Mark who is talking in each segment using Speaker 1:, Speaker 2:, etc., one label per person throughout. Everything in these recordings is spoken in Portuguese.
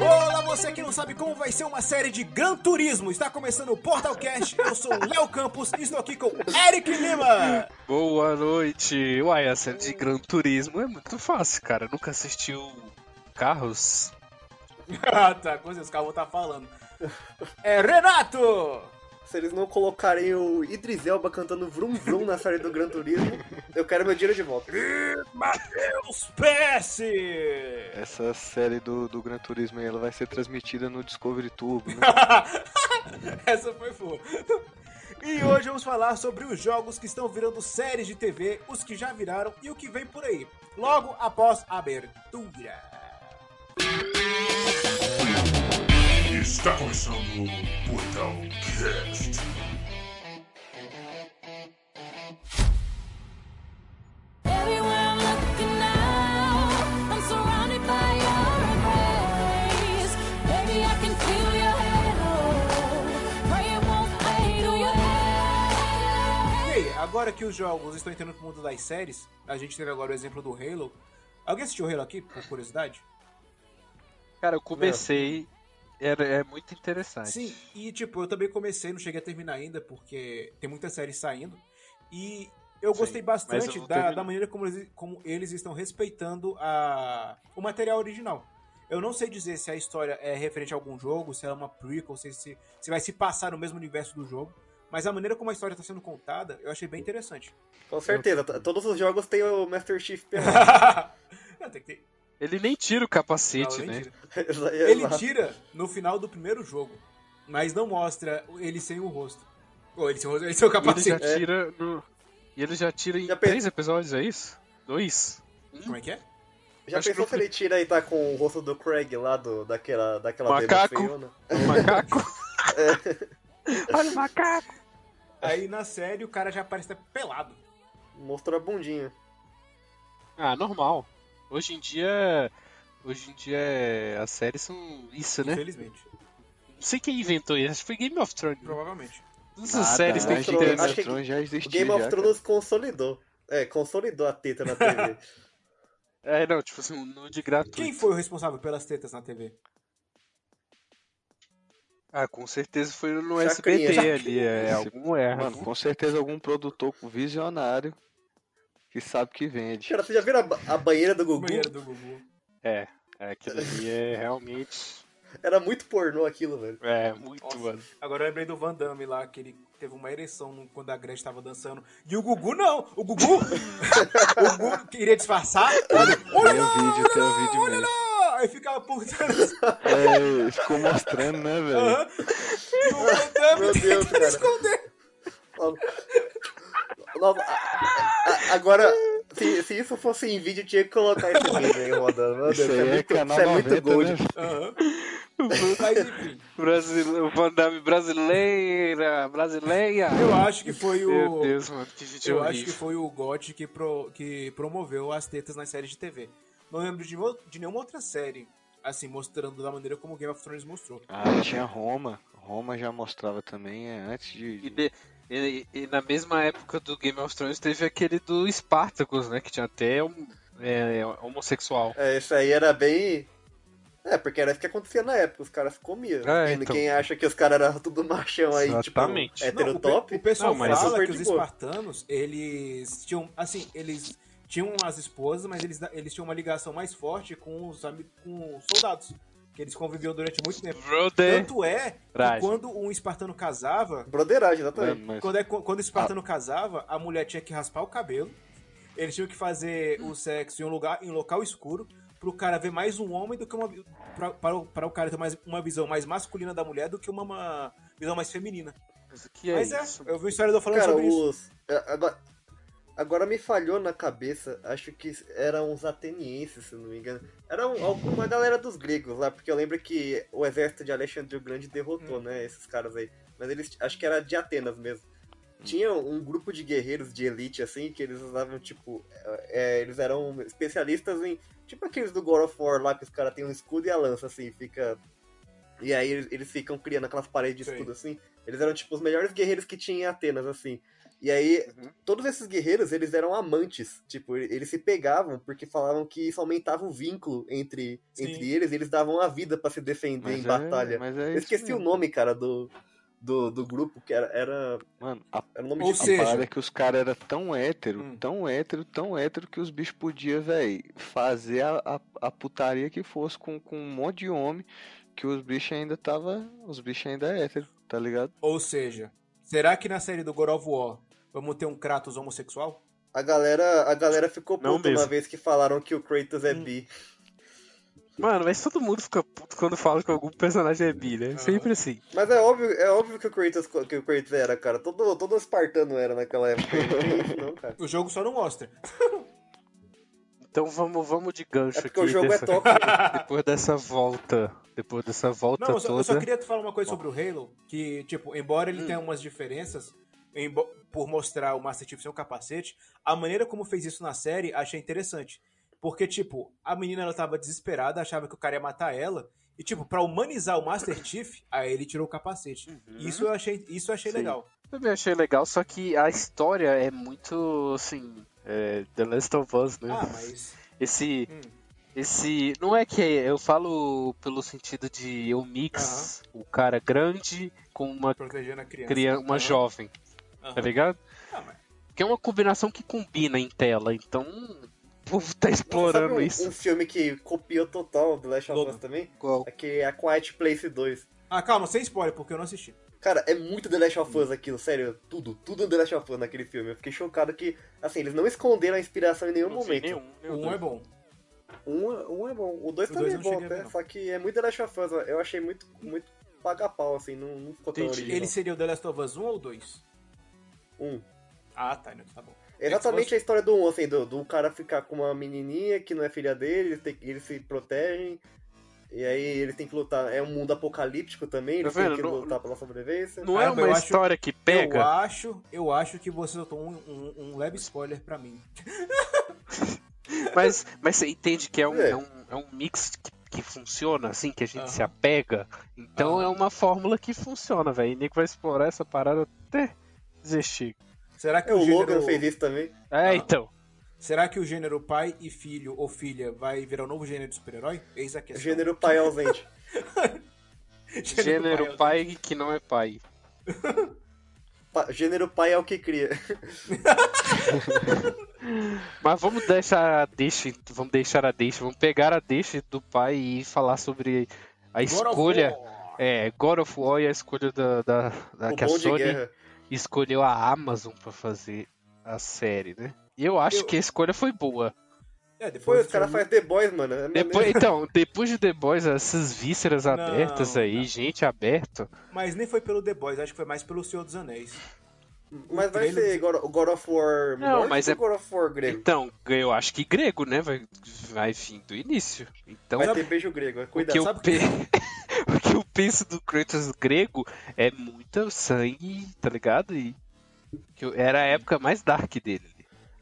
Speaker 1: Olá, você que não sabe como vai ser uma série de Gran Turismo. Está começando o Portalcast. Eu sou o Léo Campos e estou aqui com Eric Lima.
Speaker 2: Boa noite! Uai, a série de Gran Turismo é muito fácil, cara. Nunca assistiu Carros?
Speaker 1: Ah, tá, com certeza, o carro tá falando. É Renato.
Speaker 3: Se eles não colocarem o Idris Elba cantando Vrum Vrum na série do Gran Turismo, eu quero meu dinheiro de volta.
Speaker 1: Matheus PS.
Speaker 4: Essa série do, do Gran Turismo aí, ela vai ser transmitida no Discovery Turbo, né?
Speaker 1: Essa foi boa. E hoje vamos falar sobre os jogos que estão virando séries de TV, os que já viraram e o que vem por aí. Logo após a abertura.
Speaker 5: Está começando o Portal Cast.
Speaker 6: Everywhere I'm looking now, I'm surrounded by your embrace. Baby, I can feel your halo. Pray it won't fade away.
Speaker 1: E aí, agora que os jogos estão entrando pro mundo das séries, a gente teve agora o exemplo do Halo. Alguém assistiu o Halo aqui, por curiosidade?
Speaker 2: Cara, eu comecei. Era, é muito interessante.
Speaker 1: Sim, e tipo, eu também comecei, não cheguei a terminar ainda, porque tem muita série saindo. E eu
Speaker 2: Sim,
Speaker 1: gostei
Speaker 2: mas
Speaker 1: bastante
Speaker 2: eu não
Speaker 1: da,
Speaker 2: terminei.
Speaker 1: da maneira como eles, como eles estão respeitando a, o material original. Eu não sei dizer se a história é referente a algum jogo, se ela é uma prequel, se, se, se vai se passar no mesmo universo do jogo. Mas a maneira como a história está sendo contada, eu achei bem interessante.
Speaker 3: Com certeza, t- todos os jogos tem o Master Chief pelado.
Speaker 1: Não, tem que ter-
Speaker 2: Ele nem tira o capacete,
Speaker 1: não,
Speaker 2: né?
Speaker 1: mentira.
Speaker 3: Exa-
Speaker 1: Ele
Speaker 3: exato.
Speaker 1: tira no final do primeiro jogo, mas não mostra ele sem o rosto. Ou ele sem o rosto, ele sem o
Speaker 2: E ele
Speaker 1: capacete.
Speaker 2: já tira é. no. E ele já tira em
Speaker 3: Já pe-
Speaker 2: três episódios, é isso? Dois?
Speaker 1: Como é que é?
Speaker 3: Já
Speaker 2: acho
Speaker 3: pensou
Speaker 2: que
Speaker 3: se ele tira e tá com o rosto do Craig lá do, daquela, daquela
Speaker 2: Macaco.
Speaker 3: beba feiona?
Speaker 2: O Um macaco? Olha o macaco!
Speaker 1: Aí na série o cara já aparece até pelado.
Speaker 3: Mostrou a bundinha.
Speaker 2: Ah, normal. Hoje em dia. Hoje em dia as séries são isso,
Speaker 3: É?
Speaker 2: né?
Speaker 1: Infelizmente.
Speaker 2: Não sei quem inventou isso, acho que foi Game of Thrones.
Speaker 1: Provavelmente.
Speaker 2: Todas
Speaker 4: Nada,
Speaker 2: as séries
Speaker 4: né?
Speaker 2: têm
Speaker 3: tem
Speaker 2: que
Speaker 3: Acho que-
Speaker 2: ter.
Speaker 4: Game
Speaker 3: acho
Speaker 4: of
Speaker 3: que-
Speaker 4: Thrones já
Speaker 3: O
Speaker 4: existia.
Speaker 3: Game
Speaker 4: já,
Speaker 3: of
Speaker 4: cara.
Speaker 3: Thrones consolidou. É, consolidou a teta na TV.
Speaker 2: É, não, tipo assim, um nude gratuito.
Speaker 1: Quem foi o responsável pelas tetas na TV?
Speaker 2: Ah, com certeza foi no
Speaker 3: Chacrinha,
Speaker 2: SBT
Speaker 3: chacrinha.
Speaker 2: ali, é, algum erro.
Speaker 4: Mano, com certeza algum produtor visionário que sabe que vende.
Speaker 3: Cara, você já viram a, ba- a banheira do Gugu?
Speaker 1: Banheiro do Gugu.
Speaker 2: É, é, aquilo ali é realmente,
Speaker 3: Era muito pornô aquilo, velho.
Speaker 2: é, muito,
Speaker 1: Nossa.
Speaker 2: mano.
Speaker 1: Agora eu lembrei do Van Damme lá, que ele teve uma ereção no- quando a Gretchen tava dançando. E o Gugu não! O Gugu! o Gugu queria disfarçar. Olha
Speaker 4: Tem o
Speaker 1: lá,
Speaker 4: vídeo, tem o vídeo
Speaker 1: olha
Speaker 4: mesmo.
Speaker 1: lá! Aí ficava apontando.
Speaker 4: É, ficou mostrando, né, velho?
Speaker 1: Aham. E o Van Damme
Speaker 3: Meu Deus,
Speaker 1: tentando
Speaker 3: cara.
Speaker 1: esconder.
Speaker 3: Nossa, a- a- agora, se, se isso fosse em vídeo, tinha que colocar esse vídeo aí rodando. Meu Deus,
Speaker 4: Isso aí
Speaker 3: é
Speaker 4: é,
Speaker 3: muito,
Speaker 4: canal
Speaker 3: isso é
Speaker 4: 90,
Speaker 3: muito gold.
Speaker 4: né?
Speaker 1: Aham. Mas enfim,
Speaker 2: Brasil, o Van Damme brasileira, brasileira.
Speaker 1: eu acho que foi
Speaker 2: Meu
Speaker 1: o.
Speaker 2: Deus, mano, que vídeo
Speaker 1: Eu acho
Speaker 2: horrível.
Speaker 1: que foi o GOT que, pro- que promoveu as tetas nas séries de TV. Não lembro de, mo- de nenhuma outra série, assim, mostrando da maneira como Game of Thrones mostrou.
Speaker 4: Ah, tinha Roma. Roma já mostrava também, é, antes de...
Speaker 2: E, de- e- e na mesma época do Game of Thrones teve aquele do Spartacus, né, que tinha até um é, homossexual.
Speaker 3: É, isso aí era bem. É, porque era isso que acontecia na época, os caras comiam.
Speaker 2: É,
Speaker 3: quem,
Speaker 2: então.
Speaker 3: quem acha que os caras eram tudo machão aí,
Speaker 2: Exatamente.
Speaker 3: tipo, hétero
Speaker 1: o, pe-
Speaker 3: top.
Speaker 1: o pessoal
Speaker 2: Não, mas-
Speaker 1: fala
Speaker 3: super
Speaker 1: que os
Speaker 3: de boa.
Speaker 1: espartanos, eles tinham, assim, eles tinham as esposas, mas eles, da- eles tinham uma ligação mais forte com os, ami- com os soldados, que eles conviviam durante muito tempo.
Speaker 2: Brother,
Speaker 1: Tanto é que
Speaker 2: Trágico.
Speaker 1: quando um espartano casava,
Speaker 3: Broderagem, exatamente.
Speaker 4: Mano, mas-
Speaker 1: Quando, é, quando o espartano casava, a mulher tinha que raspar o cabelo, eles tinham que fazer o sexo em um lugar, em um local escuro, pro cara ver mais um homem do que uma. vi- Pra, para, o- para o cara ter mais, uma visão mais masculina da mulher do que uma, uma visão mais feminina.
Speaker 2: mas o que é
Speaker 1: Mas é,
Speaker 2: isso?
Speaker 1: eu vi o historiador falando
Speaker 3: Cara,
Speaker 1: sobre isso.
Speaker 3: os. é, Agora, agora me falhou na cabeça, acho que eram os atenienses, se não me engano. Era um- alguma galera dos gregos lá, porque eu lembro que o exército de Alexandre o Grande
Speaker 1: Hum.
Speaker 3: derrotou, né, esses caras aí. Mas eles, acho que era de Atenas mesmo. Tinha um grupo de guerreiros de elite, assim, que eles usavam, tipo, é, é, eles eram especialistas em, tipo aqueles do God of War lá, que os caras têm um escudo e a lança, assim, fica E aí eles, eles ficam criando aquelas paredes de
Speaker 1: Sei.
Speaker 3: escudo assim. Eles eram tipo os melhores guerreiros que tinha em Atenas, assim. E aí,
Speaker 4: Uhum.
Speaker 3: todos esses guerreiros, eles eram amantes. Tipo, e- eles se pegavam porque falavam que isso aumentava o vínculo entre,
Speaker 1: Sim.
Speaker 3: entre eles e eles davam a vida pra se defender em
Speaker 4: Mas é-
Speaker 3: batalha.
Speaker 4: Mas é
Speaker 3: Eu esqueci o nome, cara, do, do, do grupo, que era, era,
Speaker 4: Mano, a,
Speaker 3: era o nome
Speaker 1: Ou
Speaker 3: de
Speaker 4: a
Speaker 1: Seja.
Speaker 4: parada é que os caras eram tão hétero,
Speaker 1: Hum.
Speaker 4: tão hétero, tão hétero que os bichos podiam, velho, fazer a, a, a putaria que fosse com, com um monte de homem que os bichos ainda tava. Os bichos ainda é hétero, tá ligado?
Speaker 1: Ou seja, será que na série do God of War vamos ter um Kratos homossexual?
Speaker 3: A galera, a galera ficou
Speaker 2: Não
Speaker 3: puta uma
Speaker 2: mesmo.
Speaker 3: vez que falaram que o Kratos é
Speaker 1: Hum.
Speaker 3: bi.
Speaker 2: Mano, mas todo mundo fica puto quando fala que algum personagem é bi, né? Sempre assim.
Speaker 3: Mas é óbvio, é óbvio que o Kratos, que o Kratos era, cara. Todo, todo espartano era naquela época. Não tem isso não, cara.
Speaker 1: O jogo só não mostra.
Speaker 2: Então vamos, vamos de gancho
Speaker 3: É porque
Speaker 2: aqui.
Speaker 3: o jogo é
Speaker 2: dessa-
Speaker 3: top.
Speaker 2: Depois dessa volta. Depois dessa volta
Speaker 1: né? Não, eu só,
Speaker 2: toda.
Speaker 1: eu só queria te falar uma coisa sobre o Halo, que, tipo, embora ele tenha umas diferenças, embo- por mostrar o Master Chief sem o capacete, a maneira como fez isso na série, achei interessante. Porque, tipo, a menina, ela tava desesperada, achava que o cara ia matar ela, e, tipo, pra humanizar o Master Chief, aí ele tirou o capacete. Isso eu achei, isso eu achei
Speaker 4: Sim.
Speaker 1: legal.
Speaker 2: Eu também achei legal, só que a história é muito, assim, é, The Last of Us, né?
Speaker 1: Ah, mas...
Speaker 2: Esse,
Speaker 1: Hum.
Speaker 2: esse, não é que eu falo pelo sentido de eu mix o cara grande com uma
Speaker 1: Protegendo a criança.
Speaker 2: criança, uma
Speaker 1: Aham,
Speaker 2: jovem,
Speaker 1: aham.
Speaker 2: tá ligado?
Speaker 1: Ah, mas-
Speaker 2: Que é uma combinação que combina em tela, então o povo tá explorando
Speaker 3: Sabe um,
Speaker 2: isso.
Speaker 3: um filme que copiou total do Last of
Speaker 1: Lobo.
Speaker 3: Us também?
Speaker 2: Qual?
Speaker 3: É que é a Quiet Place 2.
Speaker 1: Ah, calma, sem spoiler, porque eu não assisti.
Speaker 3: Cara, é muito The Last of
Speaker 1: Hum.
Speaker 3: Us aquilo, sério. Tudo, tudo é The Last of Us naquele filme. Eu fiquei chocado que, assim, eles não esconderam a inspiração em nenhum
Speaker 2: Não sei,
Speaker 3: momento.
Speaker 2: nenhum,
Speaker 1: O
Speaker 2: nenhum
Speaker 1: um
Speaker 2: dois.
Speaker 1: é bom.
Speaker 3: Um, é- um é bom, o dois
Speaker 1: O
Speaker 3: também
Speaker 1: dois eu não
Speaker 3: é bom,
Speaker 1: cheguei a ver,
Speaker 3: até.
Speaker 1: não.
Speaker 3: Só que é muito The Last of Us, eu achei muito, muito paga-pau, assim, não, não ficou tão
Speaker 2: Entendi.
Speaker 3: original.
Speaker 1: Ele seria o The Last of Us 1 ou 2?
Speaker 3: Um.
Speaker 1: Ah, tá, então tá bom.
Speaker 3: Exatamente a história do um, assim, do, do cara ficar com uma menininha que não é filha dele, eles, têm- eles se protegem, e aí eles têm que lutar. É um mundo apocalíptico também, eles
Speaker 2: Tá
Speaker 3: têm
Speaker 2: vendo?
Speaker 3: que
Speaker 2: Não-
Speaker 3: lutar pela sobrevivência.
Speaker 2: Não é
Speaker 1: Caramba,
Speaker 2: uma
Speaker 1: eu acho-
Speaker 2: história que
Speaker 1: Eu
Speaker 2: pega?
Speaker 1: acho, eu acho que você soltou um, um, um leve spoiler pra mim.
Speaker 2: Mas, mas você entende que é um,
Speaker 3: É.
Speaker 2: é um, é um mix que, que funciona, assim, que a gente se
Speaker 1: Aham.
Speaker 2: apega. Então
Speaker 1: Aham.
Speaker 2: é uma fórmula que funciona, velho. E o Nico vai explorar essa parada até desistir.
Speaker 1: Será que
Speaker 3: É, o
Speaker 1: o
Speaker 3: Logan
Speaker 1: gênero,
Speaker 3: fez isso também.
Speaker 2: É,
Speaker 1: Ah.
Speaker 2: então.
Speaker 1: será que o gênero pai e filho ou filha vai virar o novo gênero de super-herói? Eis a
Speaker 2: é um
Speaker 1: questão.
Speaker 3: Gênero pai é ausente.
Speaker 2: Gênero pai que não é pai.
Speaker 3: Pa- gênero pai é o que cria.
Speaker 2: Mas vamos deixar a deixa, vamos deixar a deixa, vamos pegar a deixa do pai e falar sobre a
Speaker 1: God of
Speaker 2: escolha.
Speaker 1: War.
Speaker 2: É, God of War e a escolha da, da, da
Speaker 3: o
Speaker 2: Tá que a
Speaker 3: bom de
Speaker 2: Sony
Speaker 3: guerra.
Speaker 2: escolheu a Amazon pra fazer a série, né? E eu acho
Speaker 1: Eu-
Speaker 2: que a escolha foi boa.
Speaker 1: É,
Speaker 3: Pô,
Speaker 1: depois
Speaker 3: os caras fazem The Boys, mano. é
Speaker 2: um Depois,
Speaker 3: maneiro.
Speaker 2: então, depois de The Boys, essas vísceras abertas aí,
Speaker 1: não.
Speaker 2: gente aberta.
Speaker 1: Mas nem foi pelo The Boys, acho que foi mais pelo Senhor dos Anéis.
Speaker 3: Mas vai
Speaker 1: trailer-
Speaker 3: ser God, o God of War
Speaker 2: Não,
Speaker 3: nórdico
Speaker 2: mas
Speaker 3: ou
Speaker 2: é-
Speaker 3: God of War grego?
Speaker 2: Então, eu acho que grego, né? Vai, vai vir do início. Então,
Speaker 3: Vai
Speaker 2: o
Speaker 3: ter beijo grego, é cuidado.
Speaker 2: que, eu
Speaker 1: sabe o
Speaker 2: pe- o que eu penso do Kratos grego é muito sangue, tá ligado? E que eu- era a época mais dark dele.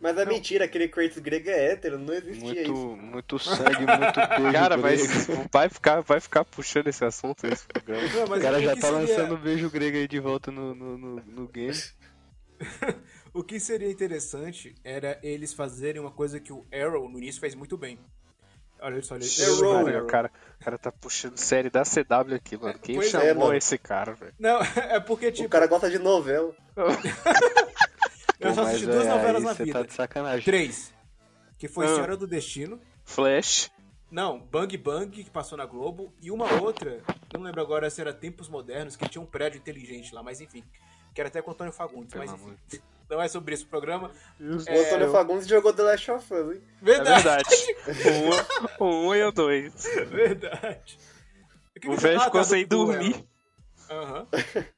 Speaker 3: Mas é mentira, aquele Kratos grego é hétero, não existia
Speaker 4: Muito,
Speaker 3: isso.
Speaker 4: muito sangue, muito beijo.
Speaker 2: Cara,
Speaker 4: grego.
Speaker 2: mas vai ficar, vai ficar puxando esse assunto esse programa.
Speaker 1: Não, mas
Speaker 4: O cara
Speaker 1: que
Speaker 4: já
Speaker 1: que
Speaker 4: tá
Speaker 1: seria-
Speaker 4: lançando beijo grego aí de volta no, no, no, no game.
Speaker 1: O que seria interessante era eles fazerem uma coisa que o Arrow no início fez muito bem. Olha só, olha
Speaker 3: Arrow.
Speaker 2: Ixi, Maria, o, cara, o cara tá puxando série da CW aqui, mano. Quem
Speaker 1: Pois é,
Speaker 2: chamou
Speaker 3: mano.
Speaker 2: esse cara, velho?
Speaker 1: Não, é porque, tipo,
Speaker 3: O cara gosta de novela.
Speaker 1: eu
Speaker 4: Pô,
Speaker 1: só
Speaker 4: mas
Speaker 1: assisti duas
Speaker 4: aí
Speaker 1: novelas na
Speaker 4: cê
Speaker 1: vida.
Speaker 4: tá de sacanagem.
Speaker 1: Três. Que foi
Speaker 2: Ah.
Speaker 1: Senhora do Destino.
Speaker 2: Flash.
Speaker 1: Não, Bang Bang, que passou na Globo. E uma outra, eu não lembro agora se era Tempos Modernos, que tinha um prédio inteligente lá, mas enfim. Que era até com o Antônio Fagundes,
Speaker 2: Pelo
Speaker 1: mas
Speaker 2: amor
Speaker 1: enfim. Não é sobre isso o programa.
Speaker 3: O Antônio Fagundes jogou The Last of Us, hein?
Speaker 2: É
Speaker 1: Verdade,
Speaker 2: verdade. um, um e o dois.
Speaker 1: verdade. que
Speaker 2: O
Speaker 1: que-
Speaker 2: velho
Speaker 1: Ah,
Speaker 2: ficou
Speaker 1: tá, do-
Speaker 3: é.
Speaker 2: sem
Speaker 1: do
Speaker 2: dormir.
Speaker 1: Arrow. Aham.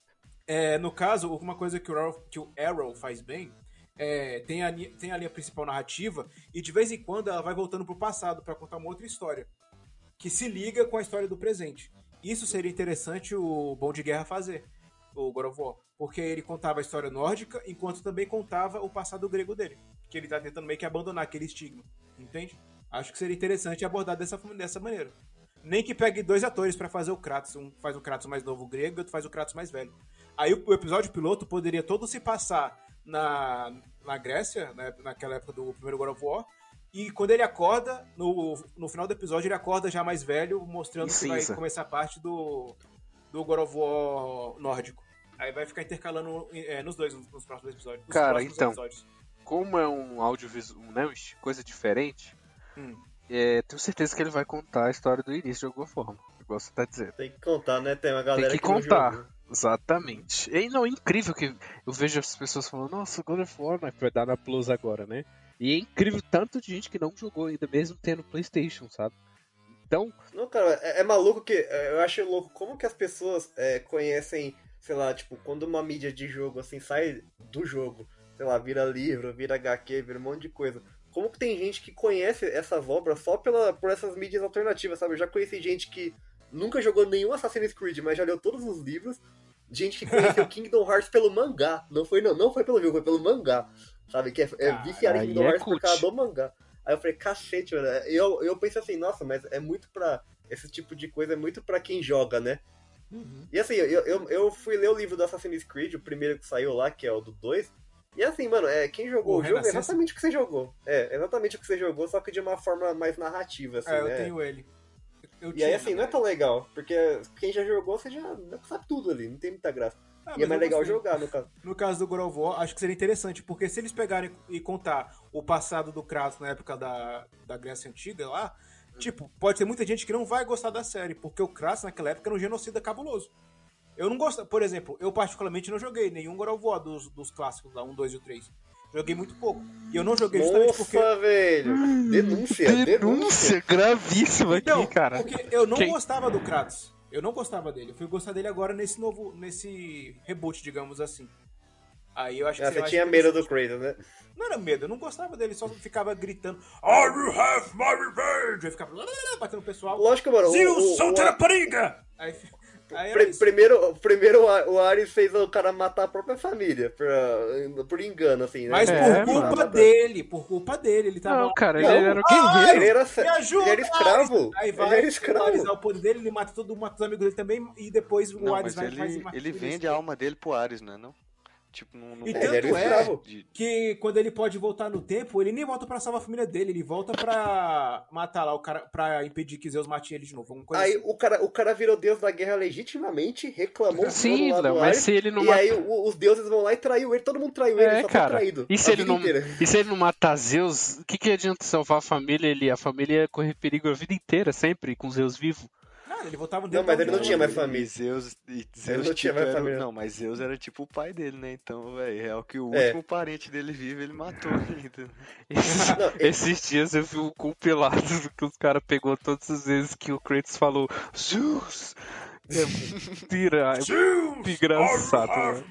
Speaker 1: É, no caso, uma coisa que o Arrow, que o Arrow faz bem é, tem, a, linha- tem a linha principal narrativa e de vez em quando ela vai voltando pro passado pra contar uma outra história que se liga com a história do presente. Isso seria interessante o Bom de Guerra fazer, o God of War, porque ele contava a história nórdica enquanto também contava o passado grego dele, que ele tá tentando meio que abandonar aquele estigma, entende? Acho que seria interessante abordar dessa, dessa maneira. Nem que pegue dois atores pra fazer o Kratos. Um faz o Kratos mais novo grego e outro faz o Kratos mais velho. Aí o o episódio piloto poderia todo se passar na, na Grécia, né, naquela época do primeiro God of War. E quando ele acorda, no, no final do episódio, ele acorda já mais velho, mostrando
Speaker 2: Em
Speaker 1: que vai
Speaker 2: cinza.
Speaker 1: começar a parte do, do God of War nórdico. Aí vai ficar intercalando é, nos dois, nos próximos episódios. nos
Speaker 2: Cara,
Speaker 1: próximos
Speaker 2: então.
Speaker 1: episódios.
Speaker 2: Como é um audiovisual, né, uma coisa diferente,
Speaker 1: Hum.
Speaker 2: é, tenho certeza que ele vai contar a história do início de alguma forma. Igual você tá dizendo.
Speaker 3: Tem que contar, né? Tem uma galera
Speaker 2: Tem que
Speaker 3: não
Speaker 2: contar.
Speaker 3: jogou.
Speaker 2: Exatamente. E não, é incrível que eu vejo as pessoas falando, nossa, God of War né, que vai dar na Plus agora, né? E é incrível tanto de gente que não jogou ainda, mesmo tendo Playstation, sabe? Então,
Speaker 3: Não, cara, é, é maluco que. é, Eu acho louco como que as pessoas é, conhecem, sei lá, tipo, quando uma mídia de jogo assim sai do jogo, sei lá, vira livro, vira HQ, vira um monte de coisa. Como que tem gente que conhece essas obras só pela, por essas mídias alternativas, sabe? Eu já conheci gente que nunca jogou nenhum Assassin's Creed, mas já leu todos os livros. Gente que conheceu Kingdom Hearts pelo mangá. Não foi, não, não foi pelo jogo, foi pelo mangá. Sabe? Que é, é viciado em
Speaker 2: Aí
Speaker 3: Kingdom
Speaker 2: é
Speaker 3: Hearts por
Speaker 2: cult.
Speaker 3: causa do mangá. Aí eu falei, cacete, mano. Eu, eu pensei assim, nossa, mas é muito pra. Esse tipo de coisa é muito pra quem joga, né?
Speaker 1: Uhum.
Speaker 3: E assim, eu, eu, eu fui ler o livro do Assassin's Creed, o primeiro que saiu lá, que é o do 2. E assim, mano, é, quem jogou
Speaker 1: O
Speaker 3: o, jogo é
Speaker 1: Renascença?
Speaker 3: exatamente o que você jogou. É, exatamente o que você jogou, só que de uma forma mais narrativa, assim,
Speaker 1: É, eu
Speaker 3: né?
Speaker 1: tenho ele. Eu
Speaker 3: E aí,
Speaker 1: tinha,
Speaker 3: assim,
Speaker 1: né?
Speaker 3: não é tão legal, porque quem já jogou, você já sabe tudo ali, não tem muita graça.
Speaker 1: Ah,
Speaker 3: e é
Speaker 1: mas
Speaker 3: mais
Speaker 1: eu
Speaker 3: legal
Speaker 1: gostei.
Speaker 3: jogar, no caso.
Speaker 1: No caso do God of War, acho que seria interessante, porque se eles pegarem e contar o passado do Kratos na época da, da Grécia Antiga lá, tipo, pode ter muita gente que não vai gostar da série, porque o Kratos naquela época era um genocida cabuloso. Eu não gosto, por exemplo, eu particularmente não joguei nenhum God of War dos, dos clássicos lá, 1, 2 e o 3. Joguei muito pouco. E eu não joguei justamente
Speaker 3: Nossa,
Speaker 1: porque. Hum,
Speaker 3: velho! Denúncia, É, denúncia! Então,
Speaker 2: denúncia gravíssima aqui,
Speaker 1: Não,
Speaker 2: cara.
Speaker 1: Então, porque eu não
Speaker 2: Quem-
Speaker 1: gostava do Kratos. Eu não gostava dele. Eu fui gostar dele agora nesse novo. nesse reboot, digamos assim. Aí eu acho que
Speaker 3: Ah,
Speaker 1: seria
Speaker 3: você
Speaker 1: mais
Speaker 3: tinha medo do Kratos, né?
Speaker 1: Não era medo, eu não gostava dele, só ficava gritando I will have my revenge! Aí ficava batendo o pessoal.
Speaker 3: Lógico, mano. o-
Speaker 1: Zeus,
Speaker 3: o- o-
Speaker 1: solta a pariga! Aí, aí era
Speaker 3: Pri-
Speaker 1: isso.
Speaker 3: primeiro, primeiro o A- o Ares fez o cara matar a própria família, por, por engano, assim, né?
Speaker 1: Mas
Speaker 2: É,
Speaker 1: por culpa
Speaker 3: mano.
Speaker 1: dele, por culpa dele, ele tava...
Speaker 2: Não, cara,
Speaker 3: tá Não,
Speaker 2: ele era o
Speaker 1: ai,
Speaker 2: guerreiro.
Speaker 3: Ele era,
Speaker 1: Me ajuda!
Speaker 3: ele era escravo.
Speaker 1: Aí vai
Speaker 3: ele era escravo.
Speaker 1: finalizar o poder dele, ele mata todo mundo, mata os amigos dele também, e depois o
Speaker 4: Não,
Speaker 1: Ares
Speaker 4: mas
Speaker 1: vai e faz
Speaker 4: ele,
Speaker 1: uma
Speaker 4: ele
Speaker 1: filha
Speaker 4: vende a alma dele pro Ares, né? Não? Tipo, não, não...
Speaker 1: E
Speaker 3: É, ele era
Speaker 1: tanto é
Speaker 3: escravo.
Speaker 4: de-
Speaker 1: Que quando ele pode voltar no tempo, ele nem volta pra salvar a família dele, ele volta pra matar lá o cara, pra impedir que Zeus mate ele de novo. alguma coisa
Speaker 3: Aí
Speaker 1: assim.
Speaker 3: o cara, o cara virou deus da guerra legitimamente, reclamou o trono
Speaker 2: Sim,
Speaker 3: lá é do
Speaker 2: Léo, mas
Speaker 3: Ares,
Speaker 2: se ele não
Speaker 3: E
Speaker 2: mata-
Speaker 3: aí o- os deuses vão lá e traiu ele, todo mundo traiu ele,
Speaker 2: É,
Speaker 3: só foi
Speaker 2: cara.
Speaker 3: traído.
Speaker 2: E se
Speaker 3: a
Speaker 2: ele
Speaker 3: vida
Speaker 2: não-
Speaker 3: inteira.
Speaker 2: E se ele não matar Zeus, o que, que adianta salvar a família? Ele, a família ia correr perigo a vida inteira, sempre, com Zeus vivo.
Speaker 1: Não, ele voltava no
Speaker 3: Não,
Speaker 1: tempo.
Speaker 3: mas ele não tinha mais
Speaker 4: e
Speaker 3: família.
Speaker 4: Zeus, e Zeus
Speaker 3: não tinha
Speaker 4: tipo,
Speaker 3: mais
Speaker 4: era-
Speaker 3: família.
Speaker 4: Não, mas Zeus era tipo o pai dele, né? Então, velho, é o que o
Speaker 3: É.
Speaker 4: último parente dele vive, ele matou ainda.
Speaker 2: Esses,
Speaker 3: Não, ele-
Speaker 2: esses dias eu vi um compilado que os caras pegou todas as vezes que o Kratos falou Zeus! É mentira, é muito engraçado. né?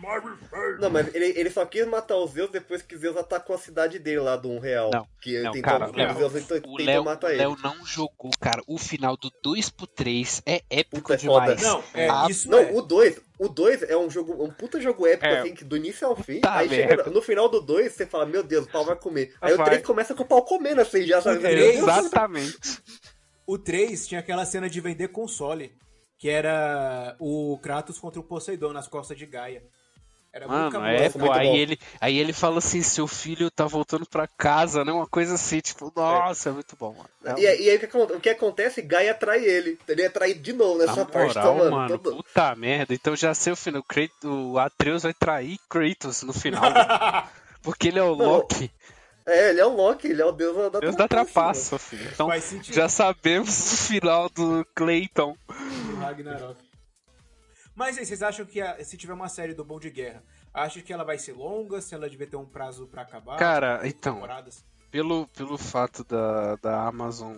Speaker 3: Não, mas ele, ele só quis matar os Zeus depois que Zeus atacou a cidade dele lá do 1 real.
Speaker 2: Não,
Speaker 3: que
Speaker 2: não,
Speaker 3: tentou,
Speaker 2: cara,
Speaker 3: os
Speaker 2: Léo,
Speaker 3: Zeus tentou,
Speaker 2: O
Speaker 3: tentou
Speaker 2: Léo,
Speaker 3: matar
Speaker 2: Léo
Speaker 3: ele.
Speaker 2: não jogou, cara. O final do 2 pro 3 é épico
Speaker 3: Puta, é foda.
Speaker 2: demais.
Speaker 1: Não, é,
Speaker 2: Ah,
Speaker 1: isso
Speaker 3: Não,
Speaker 1: é.
Speaker 3: o 2, o 2 é um jogo, um puta jogo épico,
Speaker 2: É.
Speaker 3: assim, que do início ao fim,
Speaker 2: Tá
Speaker 3: aí chega
Speaker 2: merda.
Speaker 3: no final do 2, você fala, meu Deus, o pau vai comer. Aí o
Speaker 2: Vai.
Speaker 3: 3 começa com o pau comendo, assim, já sabe?
Speaker 2: É,
Speaker 1: três-
Speaker 3: Meu Deus,
Speaker 2: Exatamente.
Speaker 1: O 3 tinha aquela cena de vender console, que era o Kratos contra o Poseidon nas costas de Gaia. Era muito
Speaker 2: Mano,
Speaker 1: cabuloso.
Speaker 2: é,
Speaker 3: muito
Speaker 2: pô,
Speaker 3: bom.
Speaker 2: aí ele, aí ele fala assim, seu filho tá voltando pra casa, né? Uma coisa assim, tipo, nossa, é muito bom, mano.
Speaker 3: E, aí- e aí o que, acon- o que acontece? Gaia atrai ele. Ele é traído de novo nessa
Speaker 2: Na
Speaker 3: parte, tá,
Speaker 2: moral,
Speaker 3: mano?
Speaker 2: mano,
Speaker 3: Todo-
Speaker 2: puta merda. Então já sei o final, o Kratos- o Atreus vai trair Kratos no final. mano. porque ele é o Loki,
Speaker 3: É, ele é o Loki, ele é o deus da, da
Speaker 2: Deus da
Speaker 3: trapaça,
Speaker 2: trapaça, filho. Então
Speaker 1: Faz sentido.
Speaker 2: já sabemos o final do Clayton.
Speaker 1: do Ragnarok. Mas aí, vocês acham que a- se tiver uma série do Bom de Guerra, acham que ela vai ser longa? Se ela devia ter um prazo pra acabar?
Speaker 2: Cara, então,
Speaker 1: Temporadas?
Speaker 2: pelo, pelo fato da, da Amazon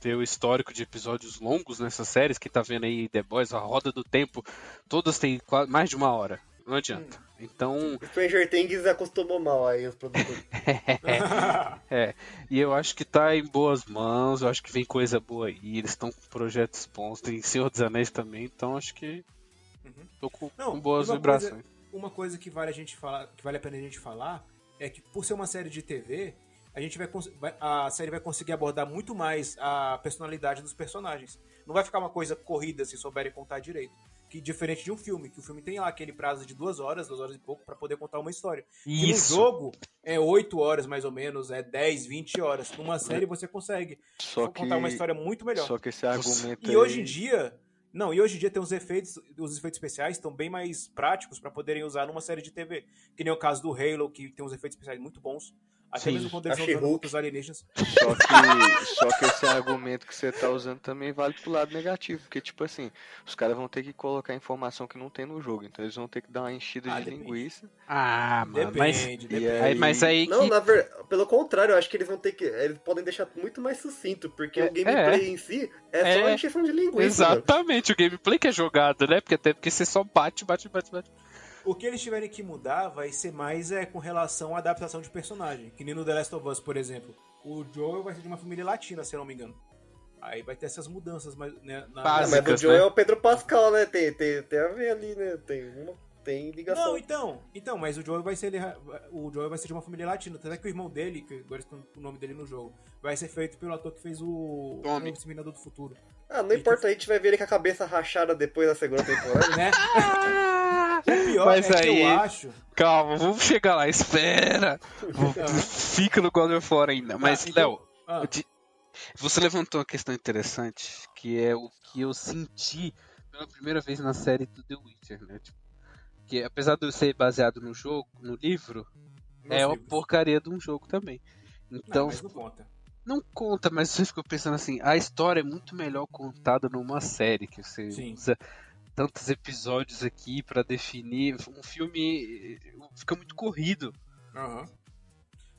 Speaker 2: ter o histórico de episódios longos nessas séries, que tá vendo aí The Boys, A Roda do Tempo, todas têm qua- mais de uma hora. Não adianta.
Speaker 1: Hum.
Speaker 2: Então,
Speaker 3: né? Stranger Things acostumou mal aí os produtores.
Speaker 2: é. e eu acho que tá em boas mãos, eu acho que vem coisa boa aí, eles estão com projetos bons, tem Senhor dos Anéis também, então acho que
Speaker 1: Uhum.
Speaker 2: tô com,
Speaker 1: Não,
Speaker 2: com boas
Speaker 1: uma
Speaker 2: vibrações.
Speaker 1: Uma coisa que vale a gente falar, que vale a pena a gente falar, é que por ser uma série de TV, a gente vai, cons- vai- a série vai conseguir abordar muito mais a personalidade dos personagens. Não vai ficar uma coisa corrida se souberem contar direito. Que diferente de um filme, que o filme tem lá aquele prazo de duas horas, duas horas e pouco, pra poder contar uma história. E no jogo é 8 horas mais ou menos, é 10, 20 horas. Numa série você consegue
Speaker 4: É. Só que,
Speaker 1: contar uma história muito melhor.
Speaker 4: só que esse argumento
Speaker 1: E
Speaker 4: aí-
Speaker 1: hoje em dia, não, e hoje em dia tem os efeitos, os efeitos especiais estão bem mais práticos pra poderem usar numa série de TV, que nem o caso do Halo, que tem uns efeitos especiais muito bons. Até
Speaker 2: Sim.
Speaker 1: mesmo quando eles
Speaker 3: A
Speaker 1: estão usando
Speaker 3: She-Hulk.
Speaker 1: contra os alienígenas.
Speaker 4: Só que, só que esse argumento que você tá usando também vale pro lado negativo, porque, tipo assim, os caras vão ter que colocar informação que não tem no jogo, então eles vão ter que dar uma enchida
Speaker 1: Ah,
Speaker 4: de
Speaker 1: depende.
Speaker 4: linguiça.
Speaker 2: Ah, mano,
Speaker 1: Depende,
Speaker 2: mas é-
Speaker 1: depende.
Speaker 4: E
Speaker 2: aí, mas aí
Speaker 3: Não,
Speaker 2: que-
Speaker 3: na verdade, pelo contrário, eu acho que eles vão ter que. Eles podem deixar muito mais sucinto, porque
Speaker 2: É,
Speaker 3: o gameplay em si é, só
Speaker 2: É.
Speaker 3: uma encheção de linguiça. mano.
Speaker 2: Exatamente, o gameplay que é jogado, né? Porque até porque você só bate, bate, bate, bate.
Speaker 1: O que eles tiverem que mudar vai ser mais é, com relação à adaptação de personagem. Que nem no The Last of Us, por exemplo. O Joel vai ser de uma família latina, se eu não me engano. Aí vai ter essas mudanças mas, né, na-
Speaker 3: Ah,
Speaker 2: Básico.
Speaker 3: mas do
Speaker 2: Básicas,
Speaker 3: Joe
Speaker 2: né?
Speaker 3: é o Pedro Pascal, né? Tem, tem, tem a ver ali, né? Tem uma. Tem ligação.
Speaker 1: Não, então, então, mas o Joel vai ser ele- o Joel vai ser de uma família latina, tanto é que o irmão dele, que agora está o nome dele no jogo, vai ser feito pelo ator que fez o
Speaker 2: Tommy.
Speaker 1: o Exterminador do Futuro,
Speaker 3: Ah, não importa, a gente vai ver ele com a cabeça rachada depois da segunda temporada.
Speaker 1: né?
Speaker 2: Ah,
Speaker 1: O pior
Speaker 2: Mas
Speaker 1: é que
Speaker 2: aí-
Speaker 1: eu acho,
Speaker 2: Calma, vamos chegar lá, espera. Vou-
Speaker 1: Tá.
Speaker 2: Fica no God of War ainda. Mas,
Speaker 1: então-
Speaker 2: Léo,
Speaker 1: ah,
Speaker 2: de- você levantou uma questão interessante, que é o que eu senti pela primeira vez na série do The Witcher, né? Tipo, que apesar de eu ser baseado no jogo, no livro,
Speaker 1: não
Speaker 2: é
Speaker 1: sei.
Speaker 2: uma porcaria de um jogo também.
Speaker 1: Não,
Speaker 2: Então,
Speaker 1: mas não conta.
Speaker 2: Não conta, mas você ficou pensando assim, a história é muito melhor contada numa série, que você
Speaker 1: Sim.
Speaker 2: usa tantos episódios aqui pra definir. Um filme eh, fica muito corrido.
Speaker 1: Aham.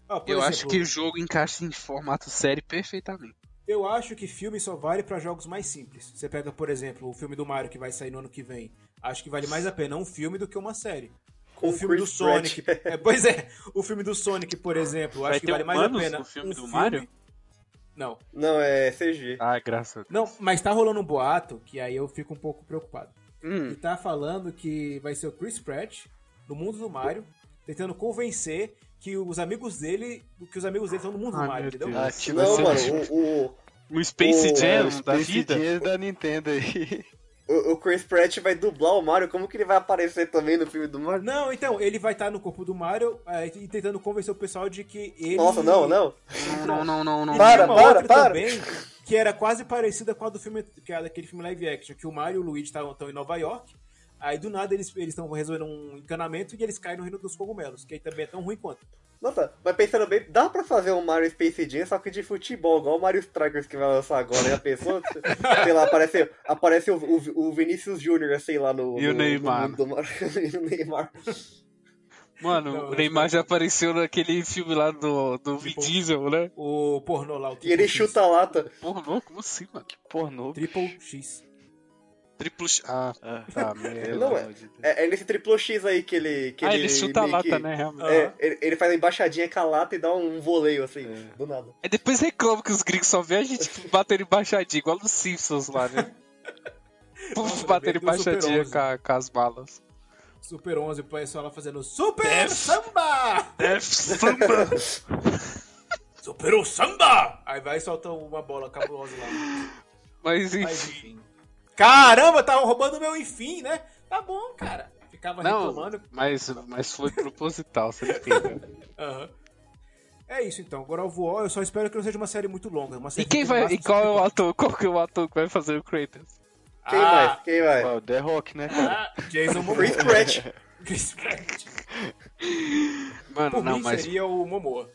Speaker 1: Ah, por
Speaker 2: Eu
Speaker 1: exemplo,
Speaker 2: acho que o jogo encaixa em formato série perfeitamente.
Speaker 1: Eu acho que filme só vale pra jogos mais simples. Você pega, por exemplo, o filme do Mario que vai sair no ano que vem. Acho que vale mais a pena um filme do que uma série.
Speaker 3: Com
Speaker 1: o filme do
Speaker 3: Chris Pratt.
Speaker 1: Sonic. é, pois é, o filme do Sonic, por exemplo,
Speaker 2: Vai
Speaker 1: acho que
Speaker 2: ter
Speaker 1: vale mais
Speaker 2: humanos
Speaker 1: a pena.
Speaker 2: no filme
Speaker 1: um
Speaker 2: do Mario?
Speaker 1: Não.
Speaker 3: Não, é CG.
Speaker 2: Ah, graças
Speaker 1: Não, mas tá rolando um boato que aí eu fico um pouco preocupado. E
Speaker 2: Hum,
Speaker 1: tá falando que vai ser o Chris Pratt no mundo do Mario, tentando convencer que os amigos dele, que os amigos dele estão no mundo
Speaker 2: Ai,
Speaker 1: do Mario,
Speaker 2: meu
Speaker 1: entendeu?
Speaker 2: Deus.
Speaker 4: Ah, tipo,
Speaker 3: Não,
Speaker 4: assim,
Speaker 3: mano,
Speaker 4: tipo,
Speaker 3: o, o,
Speaker 2: o Um Space
Speaker 3: o-
Speaker 2: Jam
Speaker 4: é, os
Speaker 2: da
Speaker 4: Space
Speaker 2: vida?
Speaker 4: Jam da Nintendo aí.
Speaker 3: o- o Chris Pratt vai dublar o Mario. Como que ele vai aparecer também no filme do Mario?
Speaker 1: Não, então, ele vai estar no corpo do Mario é, e tentando convencer o pessoal de que ele.
Speaker 3: Nossa, não, não.
Speaker 2: Não, não, não, não.
Speaker 1: E
Speaker 3: Para,
Speaker 1: tinha uma
Speaker 3: para,
Speaker 1: outra
Speaker 3: para.
Speaker 1: também, que era quase parecida com a do filme, que era daquele filme live action, que o Mario e o Luigi estavam estão em Nova York. Aí do nada eles estão resolvendo um encanamento e eles caem no reino dos cogumelos, que aí também é tão ruim quanto.
Speaker 3: Nossa, mas pensando bem, dá pra fazer um Mario Space Jam, só que de futebol, igual o Mario Strikers que vai lançar agora. E a pessoa, sei lá, aparece, aparece o, o, o Vinícius Júnior, sei lá, no.
Speaker 2: E o
Speaker 3: no- no
Speaker 2: Neymar.
Speaker 3: mundo do Mario. E o Neymar.
Speaker 2: Mano,
Speaker 1: Não,
Speaker 2: o Neymar
Speaker 1: não.
Speaker 2: já apareceu naquele filme lá do, do Vin
Speaker 1: Tipo-
Speaker 2: Diesel, né?
Speaker 1: O pornô lá, o
Speaker 3: E ele
Speaker 1: Triple X.
Speaker 3: chuta a lata.
Speaker 2: Porra, não, como assim, mano?
Speaker 4: Pornô.
Speaker 1: Triple X.
Speaker 2: Triplo... X- Ah,
Speaker 4: Ah,
Speaker 2: tá, merda.
Speaker 3: Não, é- É, é nesse triplo X aí que ele. Que
Speaker 2: Ah, ele chuta a
Speaker 3: meio que-
Speaker 2: lata, né, realmente.
Speaker 3: É,
Speaker 1: Aham.
Speaker 3: ele, ele faz uma embaixadinha com a lata e dá um voleio assim,
Speaker 4: É.
Speaker 3: do nada.
Speaker 2: Aí depois reclama que os gringos só vê a gente tipo, batendo embaixadinha, igual nos Simpsons lá, né? Puf,
Speaker 1: Nossa,
Speaker 2: batendo
Speaker 1: lembrei do Super
Speaker 2: embaixadinha
Speaker 1: 11.
Speaker 2: com, a- com as balas.
Speaker 1: Super 11, o pessoal lá fazendo Super Samba!
Speaker 2: É,
Speaker 1: Super o Samba! Aí vai e solta uma bola cabulosa lá.
Speaker 2: Mas
Speaker 1: Mas
Speaker 2: enfim.
Speaker 1: enfim. Caramba, tava roubando meu enfim, né? Tá bom, cara. Ficava
Speaker 2: Não,
Speaker 1: reclamando.
Speaker 2: mas, mas foi proposital, você entende.
Speaker 1: Aham. É isso então, agora eu vou. Eu só espero que não seja uma série muito longa. Uma
Speaker 2: E
Speaker 1: série
Speaker 2: quem
Speaker 1: que
Speaker 2: vai.
Speaker 1: basta
Speaker 2: E qual é o
Speaker 1: cinco
Speaker 2: ator? Qual que é o ator que vai fazer o Kratos?
Speaker 1: episódios.
Speaker 3: Quem
Speaker 1: Ah,
Speaker 3: mais? Quem vai?
Speaker 4: o The Rock, né, cara?
Speaker 1: ah, Jason Momoa.
Speaker 3: Chris Pratt.
Speaker 1: Chris Pratt.
Speaker 2: Mano,
Speaker 1: Por
Speaker 2: Ah, não,
Speaker 1: mim
Speaker 2: mas.
Speaker 1: seria o Momoa.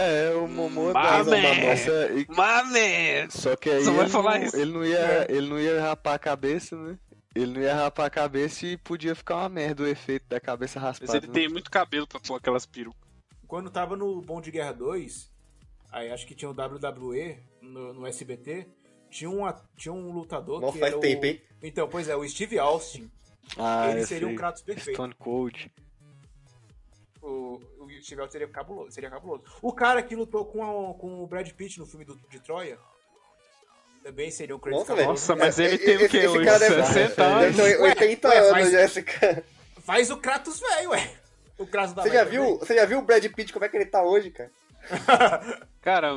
Speaker 4: É, o Momo
Speaker 2: Mas,
Speaker 4: dava uma
Speaker 2: man.
Speaker 4: moça e-
Speaker 2: Mano!
Speaker 4: Só que aí
Speaker 2: Só vai
Speaker 4: ele,
Speaker 2: falar
Speaker 4: não,
Speaker 2: isso.
Speaker 4: ele não ia, ele não ia rapar a cabeça, né? Ele não ia rapar a cabeça e podia ficar uma merda o efeito da cabeça raspada.
Speaker 2: Mas ele
Speaker 4: né?
Speaker 2: tem muito cabelo pra pôr aquelas perucas.
Speaker 1: Quando tava no Bom de Guerra 2, aí acho que tinha o WWE no, no SBT, tinha um, a- tinha um lutador
Speaker 3: Nossa,
Speaker 1: que
Speaker 3: faz
Speaker 1: era
Speaker 3: tempo,
Speaker 1: o...
Speaker 3: hein?
Speaker 1: Então, pois é, o Steve Austin.
Speaker 4: Ah,
Speaker 1: ele
Speaker 4: eu
Speaker 1: seria um
Speaker 4: sei.
Speaker 1: Kratos perfeito.
Speaker 4: Stone Cold.
Speaker 1: O, o Steve Austin seria cabuloso, seria cabuloso. O cara que lutou com, a- com o Brad Pitt no filme do, de Troia também seria um Kratos
Speaker 3: Nossa, velho.
Speaker 2: Nossa, mas
Speaker 3: É,
Speaker 2: ele
Speaker 3: é,
Speaker 2: tem o
Speaker 3: esse-
Speaker 2: quê?
Speaker 3: esse
Speaker 2: Uns
Speaker 3: cara deve-
Speaker 2: 60
Speaker 4: Ah,
Speaker 3: Deve
Speaker 2: anos?
Speaker 3: ter
Speaker 1: Ué,
Speaker 3: 80
Speaker 1: ué,
Speaker 3: anos,
Speaker 1: mas-
Speaker 3: Jéssica.
Speaker 1: Faz o Kratos velho, ué. O Craso da
Speaker 3: Você
Speaker 1: Lei
Speaker 3: já
Speaker 1: também. Ah,
Speaker 3: viu, você já viu o Brad Pitt como é que ele tá hoje, cara?
Speaker 2: Cara,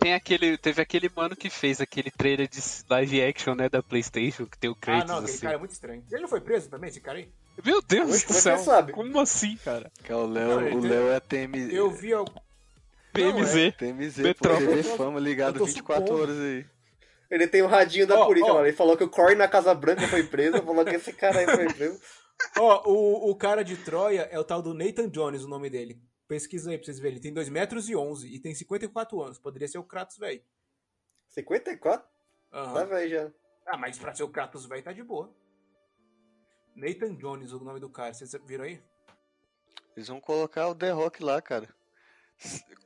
Speaker 2: tem aquele, teve aquele mano que fez aquele trailer de live action, né, da PlayStation, que tem o
Speaker 1: Ah,
Speaker 2: Kratos
Speaker 1: não, aquele
Speaker 2: assim.
Speaker 1: cara é muito estranho. Ele não foi preso também, esse cara aí?
Speaker 2: Meu Deus do
Speaker 3: Oxe, como é que
Speaker 2: céu.
Speaker 3: você sabe?
Speaker 2: Como assim, cara?
Speaker 4: Que é o
Speaker 1: Não,
Speaker 4: Léo,
Speaker 1: ele
Speaker 4: o
Speaker 1: tem-
Speaker 4: Léo é TMZ.
Speaker 1: Eu vi. al-
Speaker 3: é.
Speaker 2: PMZ.
Speaker 4: É, TMZ, pô,
Speaker 2: Petrópolis.
Speaker 4: TV Fama
Speaker 1: Eu
Speaker 4: ligado
Speaker 1: tô
Speaker 4: 24
Speaker 1: supondo.
Speaker 4: horas aí.
Speaker 3: Ele tem o radinho da
Speaker 1: Ó,
Speaker 3: polícia,
Speaker 1: ó.
Speaker 3: mano. Ele falou que o Corey na Casa Branca foi preso, falou que esse cara aí foi preso.
Speaker 1: Ó, o, o cara de Troia é o tal do Nathan Jones, o nome dele. Pesquisa aí pra vocês verem. Ele tem 2 metros e 11 e tem 54 anos. Poderia ser o Kratos, velho.
Speaker 3: 54?
Speaker 1: Aham.
Speaker 3: Tá velho já.
Speaker 1: Ah, mas pra ser o Kratos, velho, tá de boa. Nathan Jones, o nome do cara. Vocês viram aí?
Speaker 4: Eles vão colocar o The Rock lá, cara.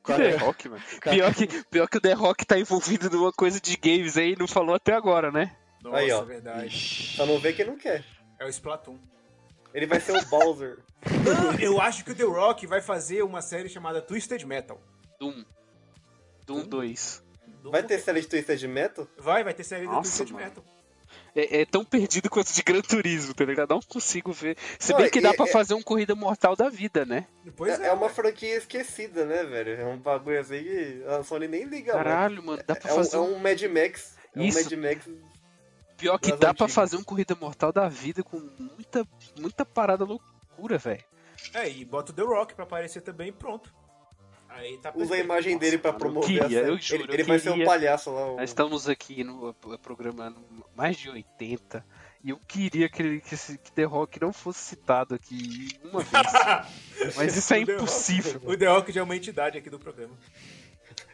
Speaker 2: The Rock, mano. Pior que, pior que o The Rock tá envolvido numa coisa de games aí e não falou até agora, né?
Speaker 1: Nossa,
Speaker 3: Aí, ó.
Speaker 1: verdade.
Speaker 3: Só não vê quem não quer.
Speaker 1: É o Splatoon.
Speaker 3: Ele vai ser o Bowser.
Speaker 1: Eu acho que o The Rock vai fazer uma série chamada Twisted Metal.
Speaker 2: Doom. Doom 2.
Speaker 3: Vai ter série de Twisted Metal?
Speaker 1: Vai, vai ter série do
Speaker 2: Nossa,
Speaker 1: Twisted
Speaker 2: mano.
Speaker 1: Metal.
Speaker 2: É, é tão perdido quanto de Gran Turismo, tá ligado? Não consigo ver. Se
Speaker 3: Não,
Speaker 2: bem que dá
Speaker 3: é-
Speaker 2: pra
Speaker 3: é-
Speaker 2: fazer um Corrida Mortal da vida, né?
Speaker 1: Pois
Speaker 3: é,
Speaker 1: é,
Speaker 3: é uma
Speaker 1: ué.
Speaker 3: franquia esquecida, né, velho? É um bagulho assim que a Sony nem liga, mano.
Speaker 2: Caralho, mano, dá pra
Speaker 3: É um,
Speaker 2: fazer
Speaker 3: é
Speaker 2: um...
Speaker 3: um Mad Max. É um
Speaker 2: Isso.
Speaker 3: Mad Max.
Speaker 2: Pior que
Speaker 3: das
Speaker 2: dá pra
Speaker 3: antigas.
Speaker 2: fazer um Corrida Mortal da vida com muita, muita parada loucura, velho.
Speaker 1: É, e bota o The Rock pra aparecer também e pronto. Aí tá
Speaker 3: Usa a
Speaker 1: perfeito.
Speaker 3: imagem dele pra
Speaker 2: mano,
Speaker 3: promover
Speaker 2: eu
Speaker 3: a
Speaker 2: queria,
Speaker 3: série.
Speaker 2: eu juro,
Speaker 3: ele
Speaker 2: eu
Speaker 3: ele vai ser um
Speaker 2: queria.
Speaker 3: palhaço lá. o-
Speaker 2: Nós estamos aqui no eh, programando mais de 80 e eu queria que, ele- que, esse, que The Rock não fosse citado aqui uma vez. Mas isso é
Speaker 1: O The Rock-
Speaker 2: impossível.
Speaker 1: O The Rock já é uma entidade aqui do programa.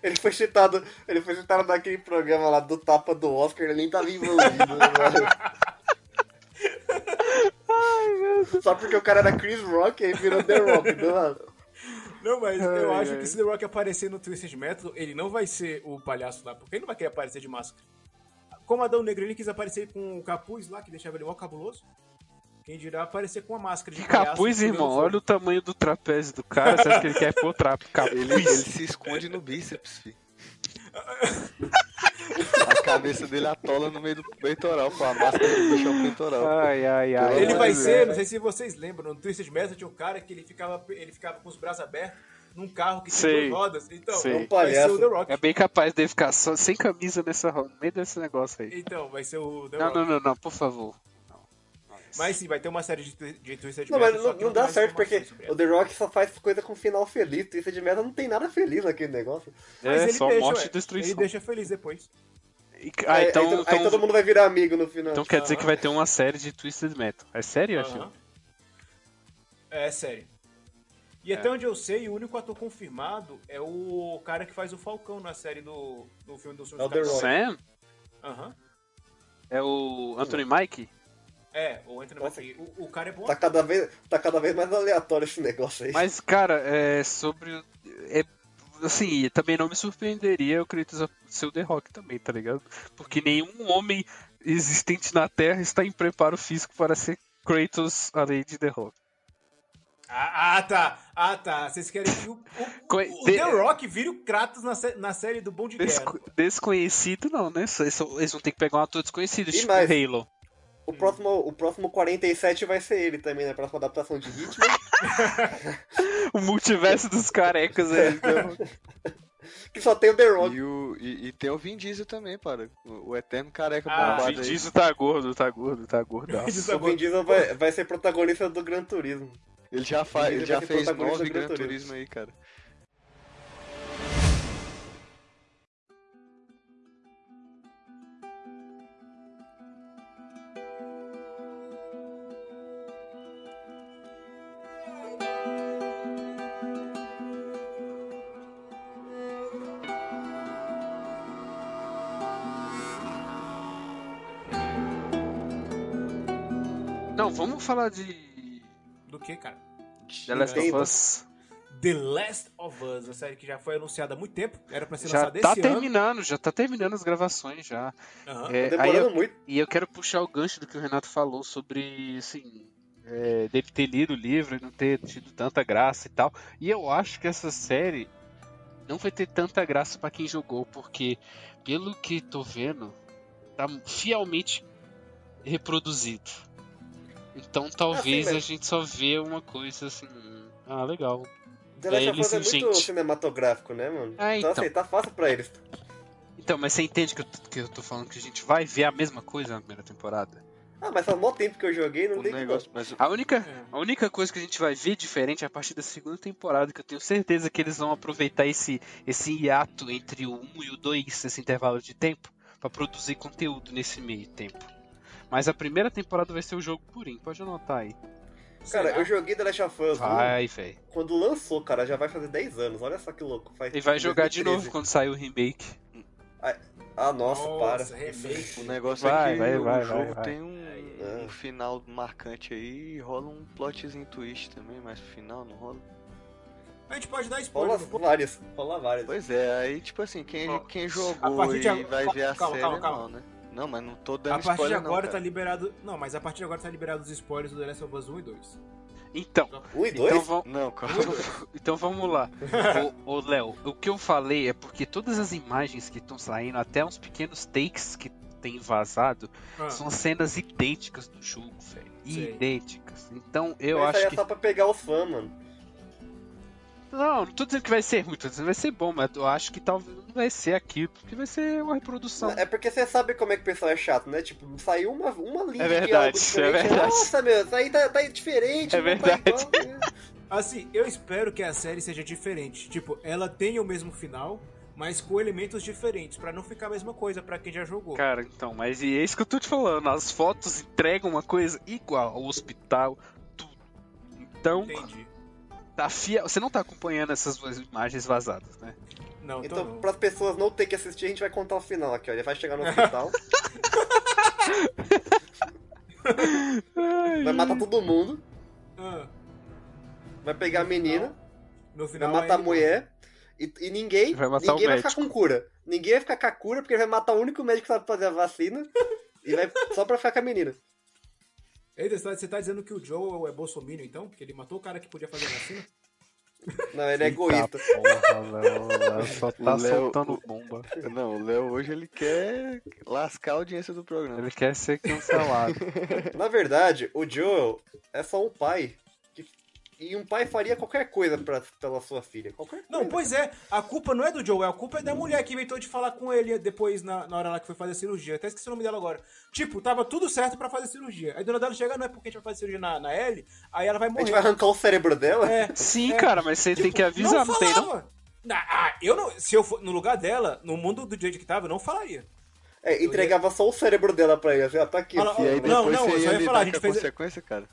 Speaker 3: Ele foi citado, ele foi citado naquele programa lá do tapa do Oscar, ele nem tá tava envolvido. mano. Só porque o cara era Chris Rock, aí virou The Rock, né, mano?
Speaker 1: Não, mas eu
Speaker 2: Ai,
Speaker 1: acho
Speaker 2: ai.
Speaker 1: que se The Rock aparecer no Twisted Metal, ele não vai ser o palhaço lá, porque ele não vai querer aparecer de máscara. Como Adão Negro, ele quis aparecer com o capuz lá, que deixava ele mó cabuloso. Quem dirá aparecer com a máscara de
Speaker 2: Que
Speaker 1: palhaço,
Speaker 2: capuz,
Speaker 1: pegando
Speaker 2: irmão.
Speaker 1: fogo.
Speaker 2: Olha o tamanho do trapézio do cara. Você acha que ele quer pôr trapo?
Speaker 4: Ele, ele
Speaker 2: Capuz.
Speaker 4: se esconde no bíceps, fi. A cabeça dele atola no meio do peitoral, pô. A máscara do bicho é o
Speaker 3: Ah.
Speaker 4: peitoral.
Speaker 2: Ai, ai, ai.
Speaker 1: Ele
Speaker 4: Olha,
Speaker 1: vai
Speaker 4: é.
Speaker 1: ser, não sei se vocês lembram, no Twisted Metal tinha um cara que ele ficava, ele ficava com os braços abertos num carro que tinha
Speaker 2: Sei.
Speaker 1: duas rodas. Então,
Speaker 2: Sei.
Speaker 1: vai
Speaker 3: Um palhaço.
Speaker 1: ser o The Rock.
Speaker 2: É bem capaz dele ficar só, sem camisa nessa roda, no meio desse negócio aí.
Speaker 1: Então, vai ser o The
Speaker 2: Não,
Speaker 1: Rock.
Speaker 2: não, não, não, por favor.
Speaker 1: Mas sim, vai ter uma série de, twi- de Twisted
Speaker 3: Não,
Speaker 1: Metal.
Speaker 3: mas
Speaker 1: só
Speaker 3: não,
Speaker 1: que
Speaker 3: não
Speaker 1: tem
Speaker 3: dá
Speaker 1: mais
Speaker 3: certo porque
Speaker 1: informações sobre
Speaker 3: o
Speaker 1: ela.
Speaker 3: The Rock só faz coisa com final feliz. Twisted Metal não tem nada feliz naquele negócio.
Speaker 1: Mas
Speaker 2: É
Speaker 1: ele
Speaker 2: só
Speaker 1: deixa,
Speaker 2: morte
Speaker 1: ué.
Speaker 2: e destruição.
Speaker 1: Ele É, deixa feliz depois.
Speaker 2: E- Ah,
Speaker 3: Aí-
Speaker 2: então,
Speaker 3: aí, to- aí
Speaker 2: então-
Speaker 3: todo mundo vai virar amigo no final. tipo,
Speaker 2: então quer dizer que vai ter uma série de Twisted Metal. É sério,
Speaker 1: Aham.
Speaker 2: Achille?
Speaker 1: É, sério.
Speaker 2: É.
Speaker 1: E até onde eu sei, o único ator confirmado é o cara que faz o Falcão na série do, do filme do Senhor
Speaker 3: É o
Speaker 1: dos
Speaker 3: The
Speaker 1: Anéis.
Speaker 3: Rock.
Speaker 2: Sam?
Speaker 1: Aham.
Speaker 2: É o Anthony Mike?
Speaker 1: É, o Anthony
Speaker 3: Nossa.
Speaker 1: Mackie. O, o cara é bom
Speaker 3: Tá cada, vez, tá cada vez mais aleatório esse negócio aí.
Speaker 2: Mas, cara, é sobre. o- É, assim, também não me surpreenderia o Kratos ser o The Rock também, tá ligado? Porque nenhum homem existente na Terra está em preparo físico para ser Kratos além de The Rock.
Speaker 1: Ah, ah, tá. Ah, tá. Vocês querem que o, o-
Speaker 2: Co-
Speaker 1: o
Speaker 2: de-
Speaker 1: The Rock vire o Kratos na, sé- na série do Bom de Guerra.
Speaker 2: Desco- Desconhecido, não, né? Só- Eles, só- eles vão ter que pegar um ator desconhecido,
Speaker 3: E
Speaker 2: tipo
Speaker 3: mais?
Speaker 2: Halo.
Speaker 3: O próximo, o próximo 47 vai ser ele também, né? Próxima adaptação de Hitman.
Speaker 2: O multiverso dos carecas tá aí.
Speaker 3: que só tem o The Rock.
Speaker 4: E, o, e, e tem o Vin Diesel também, para. O, o eterno careca
Speaker 1: Ah,
Speaker 2: Ah,
Speaker 4: bombado aí.
Speaker 2: Isso tá gordo, tá gordo, tá gordaço.
Speaker 1: Diz
Speaker 3: O Vin
Speaker 1: agora.
Speaker 3: Diesel vai, vai ser protagonista do Gran Turismo.
Speaker 4: Ele já,
Speaker 3: Vin
Speaker 4: faz, ele
Speaker 3: Diesel
Speaker 4: já
Speaker 3: vai ser
Speaker 4: fez
Speaker 3: protagonista
Speaker 4: nove
Speaker 3: do Gran
Speaker 4: Gran Turismo.
Speaker 3: Turismo
Speaker 4: aí, cara.
Speaker 2: Não, vamos falar de
Speaker 1: Do que, cara?
Speaker 2: The Last of
Speaker 3: Entendo.
Speaker 2: Us.
Speaker 1: The Last of Us, a série que já foi anunciada há muito tempo. Era pra ser
Speaker 2: Já
Speaker 1: lançada
Speaker 2: tá
Speaker 1: esse ano.
Speaker 2: terminando, já tá terminando as gravações já.
Speaker 1: Aham.
Speaker 2: É,
Speaker 3: Tá
Speaker 2: aí
Speaker 3: demorando
Speaker 2: eu-
Speaker 3: muito.
Speaker 2: e eu quero puxar o gancho do que o Renato falou sobre, assim, é, dele ter lido o livro e não ter tido tanta graça e tal. E eu acho que essa série não vai ter tanta graça pra quem jogou, porque pelo que tô vendo, tá fielmente reproduzido. Então talvez a
Speaker 3: mas-
Speaker 2: gente só vê uma coisa assim, Ah, legal.
Speaker 3: The
Speaker 2: É,
Speaker 3: Last of
Speaker 2: eles
Speaker 3: Us é muito
Speaker 2: gente.
Speaker 3: cinematográfico, né, mano?
Speaker 2: Ah, então.
Speaker 3: assim, tá fácil pra eles.
Speaker 2: Então, mas você entende que eu, t- que eu tô falando que a gente vai ver a mesma coisa na primeira temporada?
Speaker 3: Ah, mas faz mó tempo que eu joguei, não
Speaker 4: O
Speaker 3: tem
Speaker 4: negócio, mas
Speaker 2: A única,
Speaker 1: É.
Speaker 2: a única coisa que a gente vai ver diferente é a partir da segunda temporada, que eu tenho certeza que eles vão aproveitar esse, esse hiato entre o 1 e o 2, esse intervalo de tempo, pra produzir conteúdo nesse meio tempo. Mas a primeira temporada vai ser o jogo purinho, pode anotar aí.
Speaker 3: Cara, eu joguei The Last of Us 1
Speaker 2: Vai, velho.
Speaker 3: quando lançou, cara, já vai fazer 10 anos. Olha só que louco. Faz
Speaker 2: E vai
Speaker 3: tipo
Speaker 2: jogar de
Speaker 3: 2013.
Speaker 2: novo quando sair o remake.
Speaker 3: Ah, nossa, para.
Speaker 1: remake.
Speaker 4: o negócio
Speaker 2: Vai,
Speaker 4: é que
Speaker 2: vai,
Speaker 4: o
Speaker 2: vai,
Speaker 4: jogo
Speaker 2: vai, vai.
Speaker 4: tem um,
Speaker 3: É.
Speaker 4: um final marcante aí e rola um plotzinho twist também, mas no final não rola.
Speaker 1: A gente pode dar
Speaker 3: Rola
Speaker 1: spoiler. né?
Speaker 3: várias, rola várias.
Speaker 4: Pois é, aí tipo assim, quem,
Speaker 2: Ó,
Speaker 4: quem
Speaker 1: a
Speaker 4: jogou
Speaker 1: partir
Speaker 4: e
Speaker 1: de agora-
Speaker 4: vai ver a
Speaker 1: calma,
Speaker 4: série
Speaker 1: calma, calma.
Speaker 4: não, né? Não, mas não tô
Speaker 1: A
Speaker 4: dando
Speaker 1: partir de
Speaker 4: spoiler
Speaker 1: agora
Speaker 4: não,
Speaker 1: tá
Speaker 4: cara.
Speaker 1: liberado. Não, mas a partir de agora tá liberado os spoilers do The Last of Us 1 e 2.
Speaker 2: Então,
Speaker 3: 1 e 2?
Speaker 2: então vão,
Speaker 4: Não, calma.
Speaker 2: Então vamos lá. Ô, ô, Léo, o que eu falei é porque todas as imagens que estão saindo, até uns pequenos takes que tem vazado,
Speaker 1: Ah,
Speaker 2: são cenas idênticas do jogo, velho.
Speaker 1: Sei.
Speaker 2: Idênticas. Então eu
Speaker 3: Isso aí
Speaker 2: acho
Speaker 3: é
Speaker 2: que.
Speaker 3: só pra pegar os fãs, mano.
Speaker 2: Não, não tô dizendo que vai ser ruim, tô dizendo que vai ser bom, mas eu acho que talvez não vai ser aquilo, porque vai ser uma reprodução.
Speaker 3: É porque você sabe como é que o pessoal é chato, né? Tipo, saiu uma, uma linha
Speaker 2: É
Speaker 3: de
Speaker 2: verdade,
Speaker 3: algo diferente.
Speaker 2: é verdade.
Speaker 3: Nossa, meu, isso aí tá, tá diferente.
Speaker 2: É
Speaker 3: não tá
Speaker 2: verdade.
Speaker 3: igual, né?
Speaker 1: Assim, eu espero que a série seja diferente. Tipo, ela tenha o mesmo final, mas com elementos diferentes, pra não ficar a mesma coisa pra quem já jogou.
Speaker 2: Cara, então, mas e é isso que eu tô te falando. As fotos entregam uma coisa igual, o hospital, tudo. Então,
Speaker 1: Entendi.
Speaker 2: tá fiel. Você não tá acompanhando essas imagens vazadas, né?
Speaker 1: Não, então,
Speaker 3: Então,
Speaker 1: não.
Speaker 3: pras pessoas não terem que assistir, a gente vai contar o final aqui, ó. Ele vai chegar no hospital, vai matar todo mundo,
Speaker 1: Ah,
Speaker 3: vai pegar a menina,
Speaker 1: no
Speaker 3: vai
Speaker 1: final. é
Speaker 3: matar a
Speaker 1: ele-
Speaker 3: mulher, e, e ninguém,
Speaker 2: Vai matar o
Speaker 3: ninguém vai ficar
Speaker 2: médico.
Speaker 3: com cura. Ninguém vai ficar com a cura, porque ele vai matar o único médico que sabe fazer a vacina, e vai só pra ficar com a menina.
Speaker 1: Eita, você tá- você tá dizendo que o Joe é bolsominion, então? Que ele matou o cara que podia fazer a vacina?
Speaker 3: Não, ele é egoísta.
Speaker 2: Tá, Porra, Léo, Léo só tá
Speaker 4: O Léo-
Speaker 2: soltando bomba.
Speaker 4: Não, o Léo hoje ele quer lascar a audiência do programa.
Speaker 2: Ele quer ser cancelado.
Speaker 3: Na verdade, o Joel é só um pai. que- E um pai faria qualquer coisa pra, pela sua filha. Qualquer coisa.
Speaker 1: Não, pois é, a culpa não é do Joel, a culpa é da mulher que inventou de falar com ele depois, na, na hora lá que foi fazer a cirurgia. Eu Até esqueci o nome dela agora. Tipo, tava tudo certo pra fazer a cirurgia. Aí dona dela chega, não é porque a gente vai fazer cirurgia na, na L, aí ela vai
Speaker 3: A gente
Speaker 1: morrer.
Speaker 3: vai arrancar o cérebro dela?
Speaker 1: É,
Speaker 2: Sim,
Speaker 1: é.
Speaker 2: cara, mas você tem que
Speaker 3: tipo,
Speaker 2: avisar, não, tem não?
Speaker 1: falava. Na- Ah, eu não. Se eu for no lugar dela, no mundo do jeito que tava, eu não falaria.
Speaker 3: É, entregava só o cérebro dela pra ele. Assim, ó, tá aqui.
Speaker 1: Fala,
Speaker 3: filho.
Speaker 4: E aí
Speaker 1: Ah, Não,
Speaker 4: depois
Speaker 1: não, eu
Speaker 4: você
Speaker 1: só
Speaker 4: ia
Speaker 1: ia
Speaker 4: lidar
Speaker 1: falar, a
Speaker 4: com
Speaker 1: gente
Speaker 4: a
Speaker 1: fez-
Speaker 4: consequência, cara.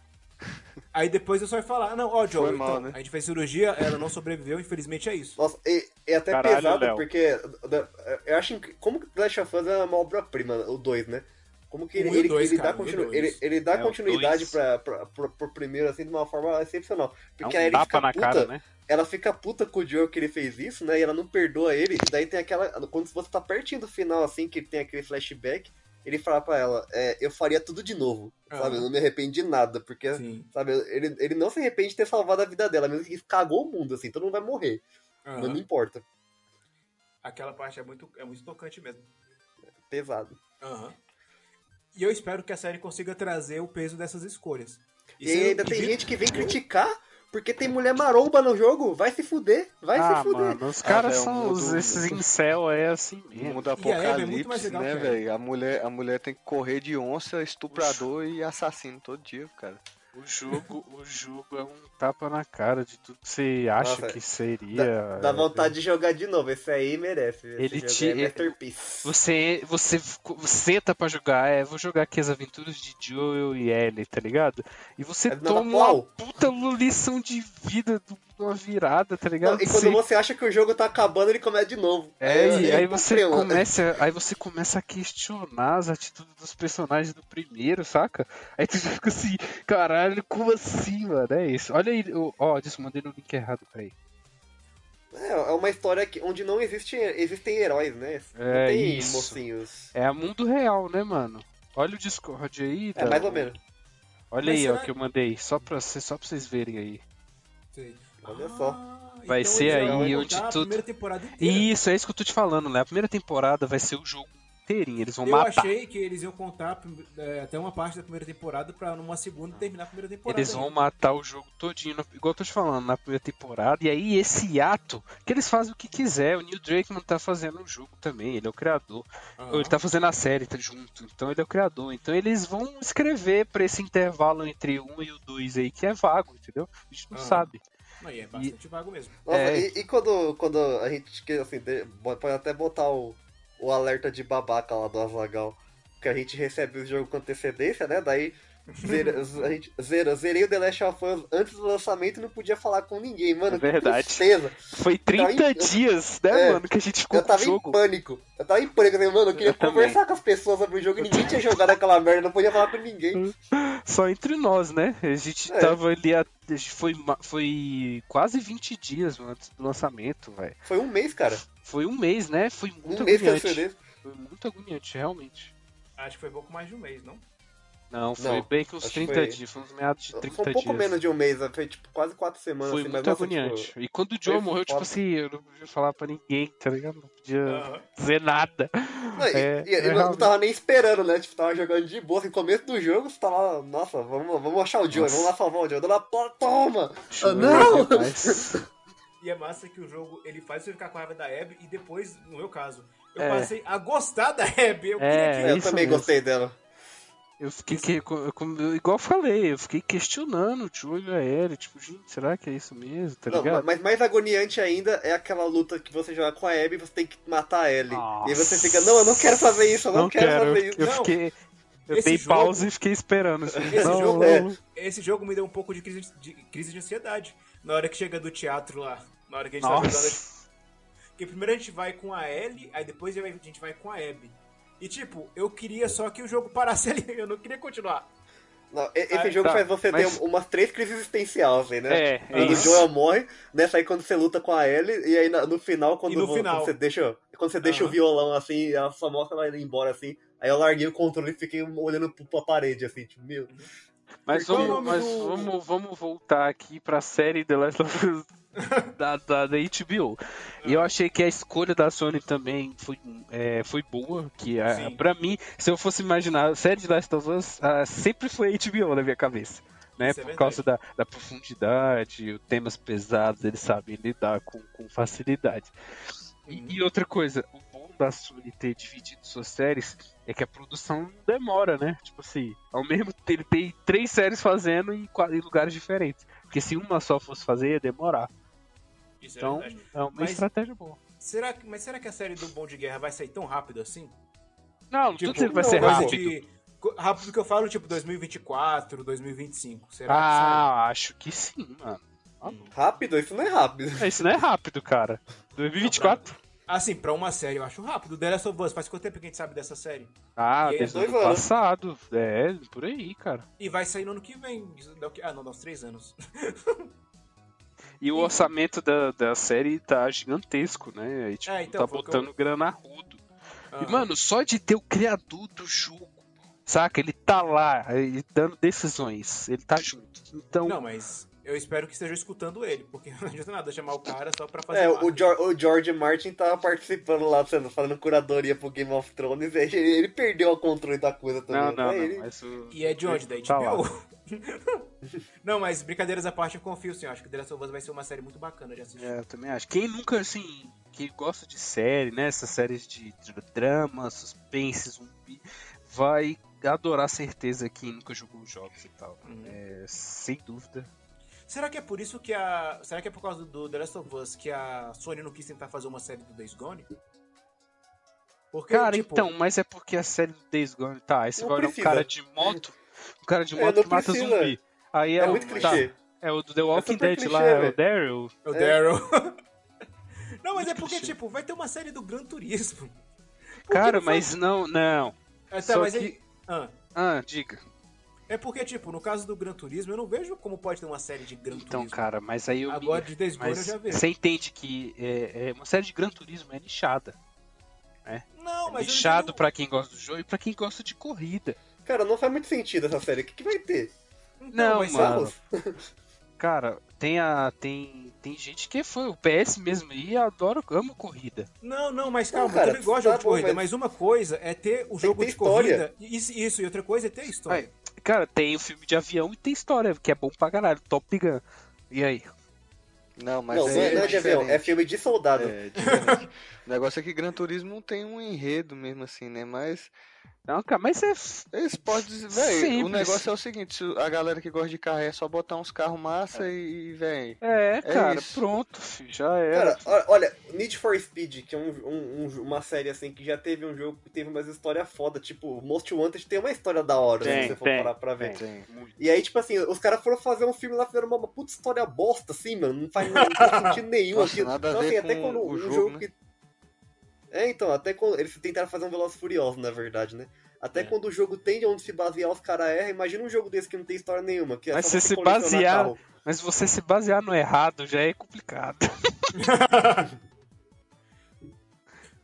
Speaker 1: Aí depois eu só ia falar, não, ó, Joel,
Speaker 4: Foi mal,
Speaker 1: então,
Speaker 4: né?
Speaker 1: a gente fez cirurgia, ela não sobreviveu, infelizmente é isso.
Speaker 3: Nossa, e- é, até
Speaker 2: Caralho,
Speaker 3: pesado,
Speaker 2: Léo.
Speaker 3: porque. da- é, Eu acho que. Como que The Last of Us é uma obra-prima, o 2, né? Como que ele,
Speaker 1: Um e
Speaker 3: ele,
Speaker 1: dois,
Speaker 3: ele dá,
Speaker 1: cara, um e
Speaker 3: continu,
Speaker 1: dois.
Speaker 3: ele, ele dá
Speaker 2: É, o
Speaker 3: continuidade
Speaker 2: dois.
Speaker 3: pra, pra, pra- pro primeiro, assim, de uma forma excepcional.
Speaker 2: É
Speaker 3: Porque aí
Speaker 2: um
Speaker 3: ele
Speaker 2: tapa
Speaker 3: fica
Speaker 2: na
Speaker 3: puta,
Speaker 2: cara, né?
Speaker 3: ela fica puta com o Joel que ele fez isso, né? E ela não perdoa ele. E daí tem aquela. Quando você tá pertinho do final, assim, que tem aquele flashback, ele fala pra ela, é, eu faria tudo de novo.
Speaker 1: Ah.
Speaker 3: Sabe? Eu não me arrependo de nada, porque. assim,
Speaker 1: Sim.
Speaker 3: Sabe, ele, ele não se arrepende de ter salvado a vida dela, mesmo que cagou o mundo, assim, todo mundo vai morrer.
Speaker 1: Aham.
Speaker 3: Mas não importa.
Speaker 1: Aquela parte é muito, é muito tocante mesmo.
Speaker 3: Pesado.
Speaker 1: Aham. E eu espero que a série consiga trazer o peso dessas escolhas.
Speaker 3: E, ainda
Speaker 1: se-
Speaker 3: tem
Speaker 1: vi-
Speaker 3: gente que vem criticar porque tem mulher maromba no jogo. Vai se fuder, vai
Speaker 2: ah,
Speaker 3: se fuder.
Speaker 2: mano, os caras
Speaker 4: velho,
Speaker 2: são
Speaker 4: muda
Speaker 2: os,
Speaker 4: o-
Speaker 2: esses incel, é assim
Speaker 4: O
Speaker 2: mesmo.
Speaker 4: mundo
Speaker 1: E a Eva é muito mais
Speaker 4: apocalipse,
Speaker 1: legal
Speaker 4: né,
Speaker 1: que a Eva.
Speaker 4: velho? A mulher, a mulher tem que correr de onça, estuprador e assassino todo dia, cara.
Speaker 2: O jogo, o jogo é um tapa na cara de tudo que você acha
Speaker 3: Nossa,
Speaker 2: que seria.
Speaker 3: Ah, Dá vontade de jogar de novo. Esse aí merece. Esse
Speaker 2: Ele
Speaker 3: jogo
Speaker 2: te-
Speaker 3: é masterpiece.
Speaker 2: Você, você fico- senta pra jogar, é, vou jogar aqui as aventuras de Joel e Ellie, tá ligado? E você
Speaker 3: Mas nada
Speaker 2: toma
Speaker 3: É, pau.
Speaker 2: uma puta lição de vida, uma virada, tá ligado?
Speaker 3: Não, e
Speaker 2: Você-
Speaker 3: quando você acha que o jogo tá acabando, ele começa de novo.
Speaker 2: É,
Speaker 3: Aí-
Speaker 2: e aí você
Speaker 3: problema.
Speaker 2: começa, aí você começa a questionar as atitudes dos personagens do primeiro, saca? Aí tu já fica assim, caralho, como assim, mano? É isso. Olha aí, ó, ó, disso, mandei no link errado, peraí.
Speaker 3: É, é uma história que, onde não existe, existem heróis, né? Não
Speaker 2: É
Speaker 3: tem
Speaker 2: isso.
Speaker 3: mocinhos.
Speaker 2: É a mundo real, né, mano? Olha o Discord aí,
Speaker 3: É,
Speaker 2: tá?
Speaker 3: mais ou menos.
Speaker 2: Olha
Speaker 1: Mas é
Speaker 2: aí, ó,
Speaker 1: será-
Speaker 2: que eu mandei, só pra, cê- só pra vocês verem aí.
Speaker 1: Sei.
Speaker 3: Olha só.
Speaker 1: Ah,
Speaker 2: Vai
Speaker 1: então
Speaker 2: ser
Speaker 1: eles
Speaker 2: aí
Speaker 1: vão
Speaker 2: onde
Speaker 1: mudar a
Speaker 2: tudo- é
Speaker 1: primeira temporada inteira.
Speaker 2: Isso, é isso que eu tô te falando, né? A primeira temporada vai ser o jogo inteirinha. Eles vão
Speaker 1: Eu
Speaker 2: matar.
Speaker 1: achei que eles iam contar é, até uma parte da primeira temporada pra numa segunda terminar a primeira temporada.
Speaker 2: Eles vão
Speaker 1: ainda.
Speaker 2: matar o jogo todinho, na- igual eu tô te falando, na primeira temporada. E aí, esse ato, que eles fazem o que quiser. O Neil Druckmann tá fazendo o jogo também, ele é o criador.
Speaker 1: Aham.
Speaker 2: Ele tá fazendo a série tá junto, então ele é o criador. Então eles vão escrever pra esse intervalo entre um e o dois aí, que é vago, entendeu? A gente não
Speaker 1: Aham.
Speaker 2: sabe.
Speaker 1: Não, e é bastante vago mesmo.
Speaker 3: Nossa,
Speaker 2: É.
Speaker 3: e, e quando, quando a gente, que, assim, de- bo- pode até botar o, o alerta de babaca lá do Azagal, que a gente recebe o jogo com antecedência, né? Daí zera, z- a gente, zera, zerei o The Last of Us antes do lançamento e não podia falar com ninguém, mano.
Speaker 2: É verdade.
Speaker 3: Que tristeza.
Speaker 2: Foi 30
Speaker 3: em- eu-
Speaker 2: dias, né,
Speaker 3: É,
Speaker 2: mano, que a gente ficou
Speaker 3: Eu
Speaker 2: com o
Speaker 3: tava em
Speaker 2: jogo.
Speaker 3: pânico. Eu tava em pânico, assim, mano. Eu queria
Speaker 2: Eu também.
Speaker 3: conversar com as pessoas sobre o jogo e ninguém tinha jogado aquela merda, não podia falar com ninguém.
Speaker 2: Só entre nós, né? A gente
Speaker 3: É.
Speaker 2: tava ali. A... a gente Foi, ma- foi quase 20 dias mano, antes do lançamento, velho.
Speaker 3: Foi um mês, cara.
Speaker 2: Foi um mês, né? Foi
Speaker 3: Um
Speaker 2: muito
Speaker 3: mês que eu
Speaker 2: agoniante.
Speaker 3: acionei.
Speaker 2: Foi muito agoniante, realmente.
Speaker 1: Acho que foi pouco mais de um mês, não?
Speaker 2: Não, foi
Speaker 3: Não,
Speaker 2: bem que uns
Speaker 3: acho que
Speaker 2: 30
Speaker 3: foi-
Speaker 2: dias, foi uns meados de 30
Speaker 3: Foi um pouco
Speaker 2: dias.
Speaker 3: menos de um mês, né? foi tipo quase quatro semanas.
Speaker 2: Foi
Speaker 3: assim, mas,
Speaker 2: muito
Speaker 3: nossa,
Speaker 2: agoniante.
Speaker 3: tipo,
Speaker 2: E quando o Joe
Speaker 3: foi
Speaker 2: morreu, tipo
Speaker 3: foda. Ah.
Speaker 2: assim, eu não podia falar pra ninguém, tá ligado? Não podia
Speaker 1: Aham.
Speaker 2: dizer nada.
Speaker 3: Não, e-
Speaker 2: É,
Speaker 3: e, eu
Speaker 2: é
Speaker 3: não
Speaker 2: realmente.
Speaker 3: tava nem esperando, né? Tipo, tava jogando de boa. No começo do jogo, você tava lá, nossa, vamos, vamos achar o Joe,
Speaker 2: Nossa.
Speaker 3: vamos lá salvar o Joe. Dona Paula, toma!
Speaker 2: Chorou
Speaker 3: não!
Speaker 2: demais.
Speaker 1: E é massa que o jogo ele faz você ficar com a raiva da Abby e depois, no meu caso, eu
Speaker 2: É.
Speaker 1: passei a gostar da Abby. Eu
Speaker 2: É,
Speaker 1: queria que
Speaker 3: eu
Speaker 2: isso
Speaker 3: também
Speaker 2: mesmo.
Speaker 3: gostei dela.
Speaker 2: Eu fiquei, que, eu- eu- igual eu falei, eu fiquei questionando o Joe e a Ellie, tipo, gente, será que é isso mesmo, tá
Speaker 3: Não,
Speaker 2: ligado?
Speaker 3: mas mais agoniante ainda é aquela luta que você joga com a Abby e você tem que matar a Ellie. E aí você fica, não, eu não quero fazer isso, eu não, quero, fazer
Speaker 2: eu,
Speaker 3: isso.
Speaker 2: eu
Speaker 1: Não,
Speaker 2: fiquei... Eu
Speaker 1: esse
Speaker 2: dei
Speaker 1: jogo-
Speaker 2: pausa e fiquei esperando. assim,
Speaker 1: Esse
Speaker 2: Não,
Speaker 1: jogo
Speaker 2: não,
Speaker 3: é-
Speaker 2: não.
Speaker 1: Esse jogo me deu um pouco de crise de, crise de ansiedade. Na hora que chega do teatro lá. Na hora que a gente tá jogando.
Speaker 2: Nossa.
Speaker 1: Porque primeiro a gente vai com a Ellie, aí depois a gente vai com a Abby. E tipo, eu queria só que o jogo parasse ali. Eu não queria continuar.
Speaker 3: Não, e- esse
Speaker 1: Ah,
Speaker 3: jogo
Speaker 2: tá,
Speaker 3: faz você
Speaker 2: mas-
Speaker 3: ter um- umas três crises existenciais, assim, né?
Speaker 2: É, é
Speaker 3: Quando o
Speaker 2: isso.
Speaker 3: Joel morre, nessa aí quando você luta com a Ellie, e aí na- no final, quando,
Speaker 1: E no
Speaker 3: vo-
Speaker 1: final.
Speaker 3: quando você deixa, quando você deixa
Speaker 1: Aham.
Speaker 3: o violão assim, ela só mostra ela indo embora assim, aí eu larguei o controle e fiquei olhando pro- pra parede, assim, tipo, meu.
Speaker 2: Mas,
Speaker 1: Qual o
Speaker 2: vamos,
Speaker 1: nome
Speaker 2: mas
Speaker 1: do-
Speaker 2: vamos, vamos voltar aqui pra série The Last of Us da, da, da HBO. E eu achei que a escolha da Sony também foi, é, foi boa. Que a,
Speaker 1: Sim.
Speaker 2: pra mim, se eu fosse imaginar a série de Last of Us, ah, sempre foi HBO na minha cabeça. Né,
Speaker 1: Isso é
Speaker 2: por causa da, da profundidade, os temas pesados, eles sabem lidar com, com facilidade. E, e outra coisa, o bom da Sony ter dividido suas séries é que a produção demora, né? Tipo assim, ao mesmo tempo ele tem três séries fazendo em, qua- em lugares diferentes. Porque se uma só fosse fazer, ia demorar.
Speaker 1: Isso
Speaker 2: Então,
Speaker 1: é verdade.
Speaker 2: é uma
Speaker 1: Mas-
Speaker 2: estratégia boa.
Speaker 1: Será que, mas será que a série do Bom de Guerra vai sair tão rápido assim?
Speaker 2: Não, não tô
Speaker 1: Tipo,
Speaker 2: dizendo que vai
Speaker 3: não,
Speaker 2: ser
Speaker 1: coisa
Speaker 2: rápido.
Speaker 1: de- co- rápido que eu falo, tipo, 2024, 2025. Será que sai?
Speaker 2: Ah, acho que sim, mano. Tá bom.
Speaker 3: Rápido? Isso não é rápido.
Speaker 2: É, Isso não é rápido, cara. 2024?
Speaker 1: Assim, pra uma série eu acho rápido. The Last of Us, faz quanto tempo que a gente sabe dessa série?
Speaker 2: Ah,
Speaker 1: E é
Speaker 2: desde o
Speaker 3: dois
Speaker 2: ano
Speaker 3: anos.
Speaker 2: passado. É, por aí, cara.
Speaker 1: E vai sair no ano que vem. Daqui- Ah, não, dá uns três anos.
Speaker 2: E o orçamento da, da série tá gigantesco, né? E, tipo,
Speaker 1: É, então,
Speaker 2: tá
Speaker 1: foi o que
Speaker 2: botando grana a rodo.
Speaker 1: Aham.
Speaker 2: E, mano, só de ter o criador do jogo, saca? Ele tá lá, ele dando decisões, ele tá junto. Então,
Speaker 1: Não, mas eu espero que estejam escutando ele, porque não adianta nada chamar o cara só pra fazer. um
Speaker 3: É,
Speaker 1: marketing.
Speaker 3: o, Geor- o George Martin tava participando lá, sendo, fazendo curadoria pro Game of Thrones, e ele, ele perdeu o controle da coisa também.
Speaker 2: não, não,
Speaker 3: né?
Speaker 2: não.
Speaker 3: Ele-
Speaker 2: mas o-
Speaker 1: E é de onde? Da
Speaker 2: Tá lá.
Speaker 1: HBO? não, mas brincadeiras à parte, eu confio sim. Eu acho que The Last of Us vai ser uma série muito bacana de assistir.
Speaker 2: É, eu também acho. Quem nunca, assim, quem gosta de série, né? Essas séries de dr- drama, suspense, zumbi, vai adorar certeza quem nunca jogou os jogos e tal.
Speaker 1: Uhum.
Speaker 2: É, sem dúvida.
Speaker 1: Será que é por isso que a. Será que é por causa do The Last of Us que a Sony não quis tentar fazer uma série do Days Gone? Porque,
Speaker 2: Cara,
Speaker 1: tipo,
Speaker 2: então, mas é porque a série do Days Gone. Tá, esse
Speaker 3: Não
Speaker 2: agora é um
Speaker 3: precisa.
Speaker 2: cara de moto. Um cara de
Speaker 3: É,
Speaker 2: moto
Speaker 3: não
Speaker 2: que mata
Speaker 3: precisa.
Speaker 2: zumbi. Aí
Speaker 3: É,
Speaker 2: é, o-
Speaker 3: muito
Speaker 2: tá,
Speaker 3: clichê.
Speaker 2: É o do The Walking
Speaker 3: super
Speaker 2: Dead
Speaker 3: clichê,
Speaker 2: lá, é o
Speaker 3: velho.
Speaker 2: Daryl.
Speaker 1: o Daryl. não, mas
Speaker 2: Muito
Speaker 1: é porque,
Speaker 2: clichê.
Speaker 1: tipo, vai ter uma série do Gran Turismo. Por que
Speaker 2: Cara,
Speaker 1: não faz-
Speaker 2: mas não, não.
Speaker 1: É, tá,
Speaker 2: só
Speaker 1: mas
Speaker 2: que-
Speaker 1: aí- Ah.
Speaker 2: Ah, diga.
Speaker 1: É porque, tipo, no caso do Gran Turismo, eu não vejo como pode ter uma série de Gran
Speaker 2: Então,
Speaker 1: Turismo.
Speaker 2: cara, mas aí eu. me-
Speaker 1: Agora de Days Gone eu
Speaker 2: Mas
Speaker 1: já vejo.
Speaker 2: você entende que é, é uma série de Gran Turismo é nichada.
Speaker 1: Não,
Speaker 2: É
Speaker 1: mas eu não
Speaker 2: nichado
Speaker 1: entendo-
Speaker 2: pra quem gosta do jogo e pra quem gosta de corrida.
Speaker 3: Cara, não faz muito sentido essa série. O que, que vai ter?
Speaker 1: Então,
Speaker 2: Não,
Speaker 1: mas-
Speaker 2: mano.
Speaker 3: Vamos?
Speaker 2: Cara, tem a. Tem, tem gente que é fã. O PS mesmo aí adora, ama corrida.
Speaker 1: Não, não, mas calma,
Speaker 3: cara,
Speaker 1: eu também gosto de jogo
Speaker 3: tá
Speaker 1: de
Speaker 3: bom,
Speaker 1: corrida,
Speaker 3: mas-
Speaker 1: mas... uma coisa é ter o
Speaker 3: que
Speaker 1: jogo
Speaker 3: ter
Speaker 1: de
Speaker 3: história.
Speaker 1: corrida. Isso, isso, e outra coisa é ter a história.
Speaker 2: Aí, cara, tem o filme de avião e tem história, que é bom pra caralho. Top Gun. E aí?
Speaker 4: Não, mas
Speaker 3: não,
Speaker 4: aí
Speaker 3: não é,
Speaker 4: é,
Speaker 3: não é de avião, é
Speaker 4: diferente.
Speaker 3: filme de soldado.
Speaker 4: É, diferente. o negócio é que Gran Turismo tem um enredo mesmo assim, né? Mas
Speaker 2: Não, cara, mas é. f-
Speaker 4: eles podem dizer, velho, o
Speaker 2: Simples.
Speaker 4: negócio é o seguinte, se a galera que gosta de carro é só botar uns carros massa e, e vem.
Speaker 2: É, cara,
Speaker 4: isso.
Speaker 2: pronto, filho, já
Speaker 4: É.
Speaker 2: era.
Speaker 3: Cara, o- olha, Need for Speed, que é um- um- um- uma série assim que já teve um jogo que teve umas histórias foda, tipo, Most Wanted tem uma história da hora, né?
Speaker 2: Tem,
Speaker 3: Se você for
Speaker 2: tem,
Speaker 3: parar pra ver.
Speaker 4: Tem.
Speaker 3: E aí, tipo assim, os caras foram fazer um filme lá, fizeram uma puta história bosta, assim, mano. Não faz, não faz sentido nenhum
Speaker 4: Nossa,
Speaker 3: aquilo.
Speaker 4: nada a
Speaker 3: então,
Speaker 4: ver
Speaker 3: assim, até
Speaker 4: com
Speaker 3: quando
Speaker 4: o
Speaker 3: um
Speaker 4: jogo,
Speaker 3: jogo,
Speaker 4: né?
Speaker 3: que. É, então, até quando. Eles tentaram fazer um Velozes e Furiosos, na verdade, né? Até
Speaker 2: É.
Speaker 3: quando o jogo tem de onde se basear, os caras erram. Imagina um jogo desse que não tem história nenhuma. Que é
Speaker 2: Mas
Speaker 3: só
Speaker 2: se
Speaker 3: você
Speaker 2: se
Speaker 3: colecionar
Speaker 2: basear-
Speaker 3: carro.
Speaker 2: Mas você se basear no errado já é complicado.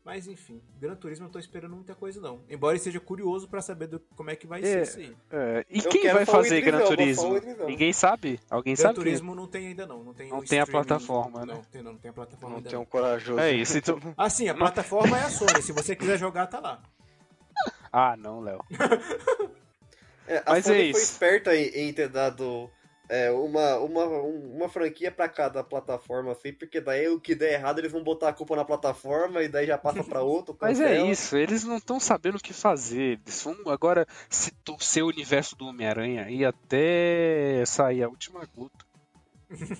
Speaker 1: Mas enfim, Gran Turismo eu não tô esperando muita coisa, não. Embora eu seja curioso pra saber do- como é que vai
Speaker 2: É,
Speaker 1: ser isso aí.
Speaker 2: É, e
Speaker 3: Eu
Speaker 2: quem
Speaker 3: quero
Speaker 2: vai
Speaker 3: falar o
Speaker 2: fazer
Speaker 3: Idris
Speaker 2: Gran
Speaker 3: Elba,
Speaker 2: Turismo?
Speaker 3: fala o Idris Elba.
Speaker 2: Ninguém sabe? Alguém
Speaker 1: Gran
Speaker 2: sabe? quem-
Speaker 1: Turismo não tem ainda, não. Não tem,
Speaker 2: Não
Speaker 1: o
Speaker 2: tem a
Speaker 1: streaming,
Speaker 2: plataforma, né?
Speaker 1: Não, tem, não, não tem a plataforma
Speaker 4: Não
Speaker 1: ainda.
Speaker 4: tem um
Speaker 1: não.
Speaker 4: corajoso.
Speaker 2: É isso, então.
Speaker 1: Assim, a plataforma é a Sony. Se você quiser jogar, tá lá.
Speaker 2: Ah, não, Léo.
Speaker 3: É, a
Speaker 2: Mas
Speaker 3: Sony
Speaker 2: é
Speaker 3: foi
Speaker 2: isso.
Speaker 3: esperta em, em ter dado é, uma, uma, um- uma franquia pra cada plataforma, assim, porque daí o que der errado eles vão botar a culpa na plataforma e daí já passa pra outro.
Speaker 2: Mas é
Speaker 3: cancela.
Speaker 2: isso, eles não estão sabendo o que fazer. Eles vão agora se torcer o universo do Homem-Aranha e até sair a última gota.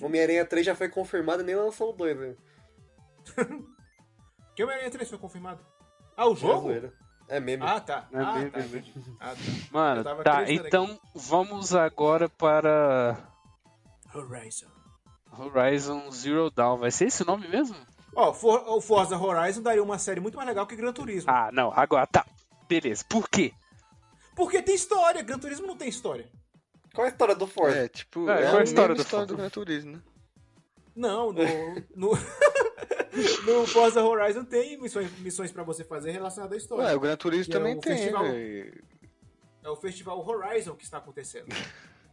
Speaker 3: Homem-Aranha 3 já foi confirmado e nem lançou o né? 2, velho.
Speaker 1: Que o Homem-Aranha 3 foi confirmado? Ah, o jogo?
Speaker 3: É zoeira. É meme.
Speaker 1: Ah, tá.
Speaker 2: É
Speaker 1: ah,
Speaker 2: bem,
Speaker 1: tá,
Speaker 2: bem, bem.
Speaker 1: entendi. Ah, tá.
Speaker 2: Mano,
Speaker 1: Eu tava
Speaker 2: tá,
Speaker 1: acreditando
Speaker 2: então vamos agora para
Speaker 1: Horizon.
Speaker 2: Horizon Zero Dawn. Vai ser esse o nome mesmo?
Speaker 1: Ó, For- o Forza Horizon daria uma série muito mais legal que Gran Turismo.
Speaker 2: Ah, não, agora tá. Beleza, por quê?
Speaker 1: Porque tem história. Gran Turismo não tem história.
Speaker 3: Qual é a história do Forza?
Speaker 4: É, tipo,
Speaker 2: É,
Speaker 4: é,
Speaker 2: qual
Speaker 4: a história, do, história do
Speaker 2: Fórmula?
Speaker 4: Gran Turismo, né?
Speaker 1: Não, no.
Speaker 2: É.
Speaker 1: no... no Forza Horizon tem missões, missões para você fazer relacionadas à história.
Speaker 4: Ué, o Gran Turismo
Speaker 1: E é
Speaker 4: também
Speaker 1: o
Speaker 4: tem,
Speaker 1: festival.
Speaker 4: velho.
Speaker 1: É o festival Horizon que está acontecendo.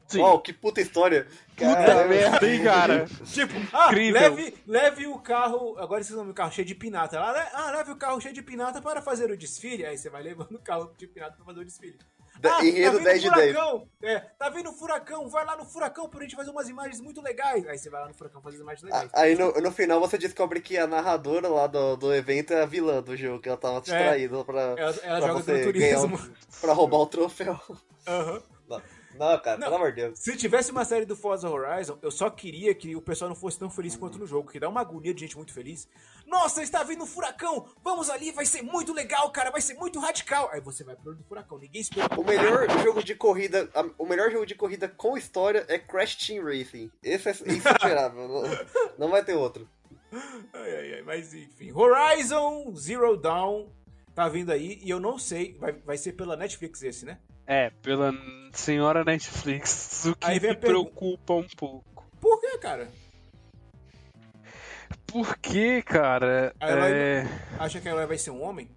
Speaker 2: Sim.
Speaker 3: Uau, que puta história.
Speaker 2: Puta merda, hein, cara?
Speaker 1: tipo, ah,
Speaker 2: Incrível.
Speaker 1: leve, leve o carro. Agora vocês vão o carro cheio de pinata. lá, né? Ah, leve o carro cheio de pinata para fazer o desfile. Aí você vai levando o carro de pinata para fazer o desfile.
Speaker 3: Da-
Speaker 1: ah,
Speaker 3: enredo
Speaker 1: tá vendo
Speaker 3: 10 de
Speaker 1: um
Speaker 3: 10.
Speaker 1: furacão? É, tá vendo um furacão? Vai lá no furacão pra gente fazer umas imagens muito legais. Aí você vai lá no furacão fazer as
Speaker 3: Ah.
Speaker 1: imagens legais.
Speaker 3: Aí no, no final você descobre que a narradora lá do, do evento é a vilã do jogo, que ela tava distraída pra,
Speaker 1: É. ela ela
Speaker 3: pra
Speaker 1: joga
Speaker 3: você
Speaker 1: Gran
Speaker 3: ganhar
Speaker 1: Turismo.
Speaker 3: o- pra roubar o troféu.
Speaker 1: Aham.
Speaker 3: Não, não, cara,
Speaker 1: Não.
Speaker 3: pelo amor de Deus.
Speaker 1: Se tivesse uma série do Forza Horizon, eu só queria que o pessoal não fosse tão feliz quanto no jogo, que dá uma agonia de gente muito feliz. Nossa, está vindo um furacão! Vamos ali, vai ser muito legal, cara, vai ser muito radical! Aí você vai pro olho do furacão, ninguém espera.
Speaker 3: O melhor jogo de corrida, a- o melhor jogo de corrida com história é Crash Team Racing. Esse é insuperável. não, não vai ter outro.
Speaker 1: Ai, ai, ai, mas enfim. Horizon Zero Dawn tá vindo aí e eu não sei, vai, vai ser pela Netflix esse, né?
Speaker 2: É, pela senhora Netflix, o que
Speaker 1: Aí vem a
Speaker 2: me
Speaker 1: pergunta-
Speaker 2: preocupa um pouco.
Speaker 1: Por que, cara?
Speaker 2: Por que, cara?
Speaker 1: A Eloy
Speaker 2: É,
Speaker 1: Acha que a Eloy vai ser um homem?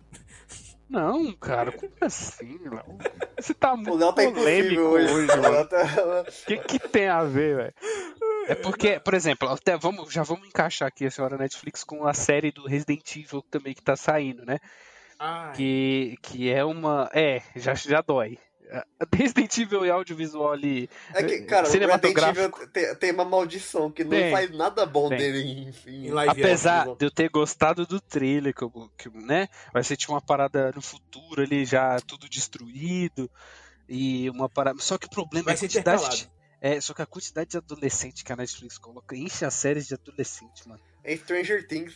Speaker 2: Não, cara, como assim, Léo? Você tá muito
Speaker 3: O Léo tá
Speaker 2: polêmico
Speaker 3: impossível
Speaker 2: hoje,
Speaker 3: hoje. o
Speaker 2: mano.
Speaker 3: Léo tá-
Speaker 2: O que, que tem a ver, velho? É porque, por exemplo, até vamos, já vamos encaixar aqui a senhora Netflix com a série do Resident Evil também que tá saindo, né?
Speaker 1: Ah,
Speaker 2: Que, que é uma. É, já, já dói. Resident Evil e audiovisual ali.
Speaker 3: É que, cara, o Resident
Speaker 2: Cinematográfico.
Speaker 3: Evil tem, tem uma maldição que não
Speaker 2: Tem.
Speaker 3: faz nada bom
Speaker 2: Tem.
Speaker 3: dele, enfim.
Speaker 1: em live
Speaker 2: Apesar
Speaker 3: action.
Speaker 2: de eu ter gostado do trailer, que, eu- que, né? Vai ser tipo uma parada no futuro ali, já tudo destruído. E uma parada. Só que o problema
Speaker 1: Vai
Speaker 2: é a
Speaker 1: ser
Speaker 2: quantidade.
Speaker 1: intercalado.
Speaker 2: de- É, só que a quantidade de adolescente que a Netflix coloca enche as séries de adolescente, mano.
Speaker 3: É Stranger Things.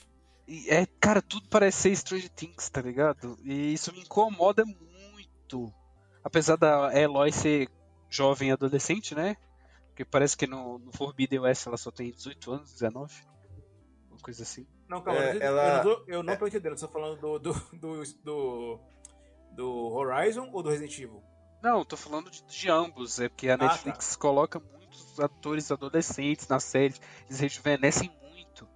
Speaker 2: E é, cara, tudo parece ser Stranger Things, tá ligado? E isso me incomoda muito. Apesar da Eloy ser jovem adolescente, né? Porque parece que no, no Forbidden West ela só tem 18 anos, 19. Uma coisa assim.
Speaker 1: Não, calma,
Speaker 3: É,
Speaker 1: eu,
Speaker 3: ela- é.
Speaker 1: não tô, eu não tô entendendo. Você tá falando do, do, do, do, do Horizon ou do Resident Evil?
Speaker 2: Não, tô falando de, de ambos. É porque a
Speaker 1: tá.
Speaker 2: Netflix coloca muitos atores adolescentes na série. Eles rejuvenescem muito.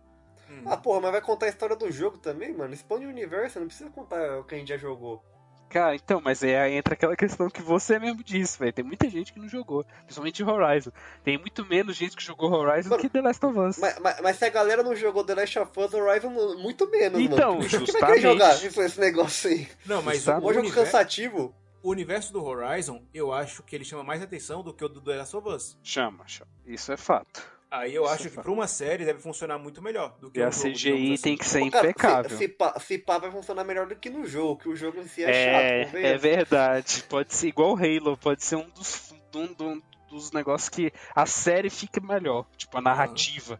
Speaker 1: Hum.
Speaker 3: Ah, porra, mas vai contar a história do jogo também, mano? Expande o universo, não precisa contar o que a gente já jogou.
Speaker 2: Cara, então, mas é, aí entra aquela questão que você mesmo disse, velho. Tem muita gente que não jogou, principalmente Horizon. Tem muito menos gente que jogou Horizon
Speaker 3: Mano,
Speaker 2: que The Last of Us.
Speaker 3: Mas, mas- mas se a galera não jogou The Last of Us, Horizon mu- muito menos,
Speaker 2: Então,
Speaker 3: mano. Como é que vai
Speaker 2: justamente.
Speaker 3: jogar isso- esse negócio aí?
Speaker 1: Não, mas o,
Speaker 2: Sabe?
Speaker 3: Um jogo
Speaker 1: Tá universo,
Speaker 3: cansativo.
Speaker 1: o universo do Horizon, eu acho que ele chama mais atenção do que o do The Last of Us.
Speaker 2: Chama, chama. Isso é fato.
Speaker 1: Aí eu
Speaker 2: Isso é
Speaker 1: acho que
Speaker 2: fato.
Speaker 1: pra uma série deve funcionar muito melhor do que
Speaker 2: E a
Speaker 1: um jogo,
Speaker 2: CGI
Speaker 1: digamos
Speaker 2: tem
Speaker 1: assim.
Speaker 2: que ser
Speaker 3: Cara, se-
Speaker 2: é impecável.
Speaker 3: se, pá, se pá vai funcionar melhor do que no jogo, que o jogo em si é,
Speaker 2: É,
Speaker 3: chato.
Speaker 2: é verdade. Pode ser igual o Halo, pode ser um dos, um- um dos negócios que a série fica melhor, tipo a narrativa.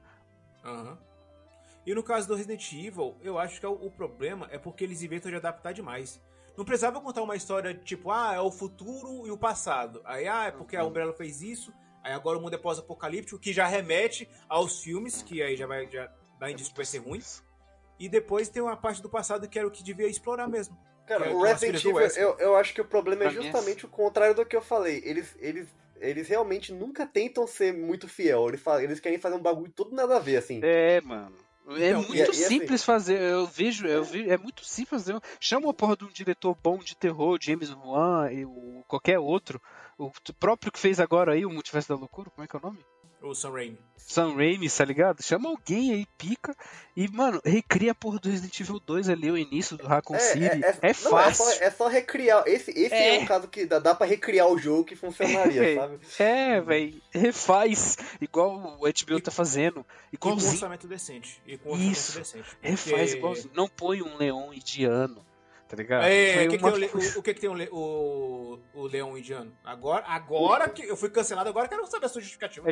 Speaker 1: Aham. E no caso do Resident Evil, eu acho que é o, o problema é porque eles inventam de adaptar demais. Não precisava contar uma história tipo, ah, é o futuro e o passado. Aí, ah, é porque a
Speaker 2: Uhum.
Speaker 1: Umbrella fez isso, aí agora o mundo é pós-apocalíptico, que já remete aos filmes, que aí já vai já
Speaker 2: É
Speaker 1: dá indício que vai ser ruim. E depois tem uma parte do passado que era o que devia explorar mesmo.
Speaker 3: Cara,
Speaker 1: É,
Speaker 3: o
Speaker 1: com as
Speaker 3: Resident
Speaker 1: filhas do
Speaker 3: Evil,
Speaker 1: Wesker.
Speaker 3: eu, eu acho que o problema é
Speaker 2: Pra mim é-
Speaker 3: justamente o contrário do que eu falei. Eles, eles, eles realmente nunca tentam ser muito fiel. Eles, fa- eles querem fazer um bagulho todo nada a ver, assim.
Speaker 2: É, mano. É
Speaker 1: Então,
Speaker 2: muito
Speaker 3: e- e assim-
Speaker 2: simples fazer, eu vejo, eu vejo, é muito simples fazer. um- Chama a porra de um diretor bom de terror, James Wan, e o, qualquer outro. O t- próprio que fez agora aí, o Multiverso da Loucura, como é que é o nome?
Speaker 1: O Sam Raimi.
Speaker 2: Sam Raimi, tá ligado? Chama alguém aí, pica, e, mano, recria a porra do Resident Evil 2 ali, o início do Raccoon City. É,
Speaker 3: não, é
Speaker 2: fácil.
Speaker 3: só, é só recriar. Esse, esse é.
Speaker 2: É.
Speaker 3: um caso que dá, dá pra recriar o jogo que funcionaria,
Speaker 2: É.
Speaker 3: sabe?
Speaker 2: É, velho, refaz, igual o HBO tá fazendo,
Speaker 1: E com um
Speaker 2: igualzinho,
Speaker 1: orçamento decente. E com um orçamento
Speaker 2: Isso.
Speaker 1: decente.
Speaker 2: refaz
Speaker 1: Porque-
Speaker 2: igualzinho, não põe um leão indiano, tá ligado?
Speaker 1: É,
Speaker 2: Põe
Speaker 1: o que, que
Speaker 2: uma
Speaker 1: tem o, le-
Speaker 2: coisa-
Speaker 1: o- o que que tem o, le- o, o leão indiano? Agora, agora que eu fui cancelado, agora eu quero saber a sua justificativa.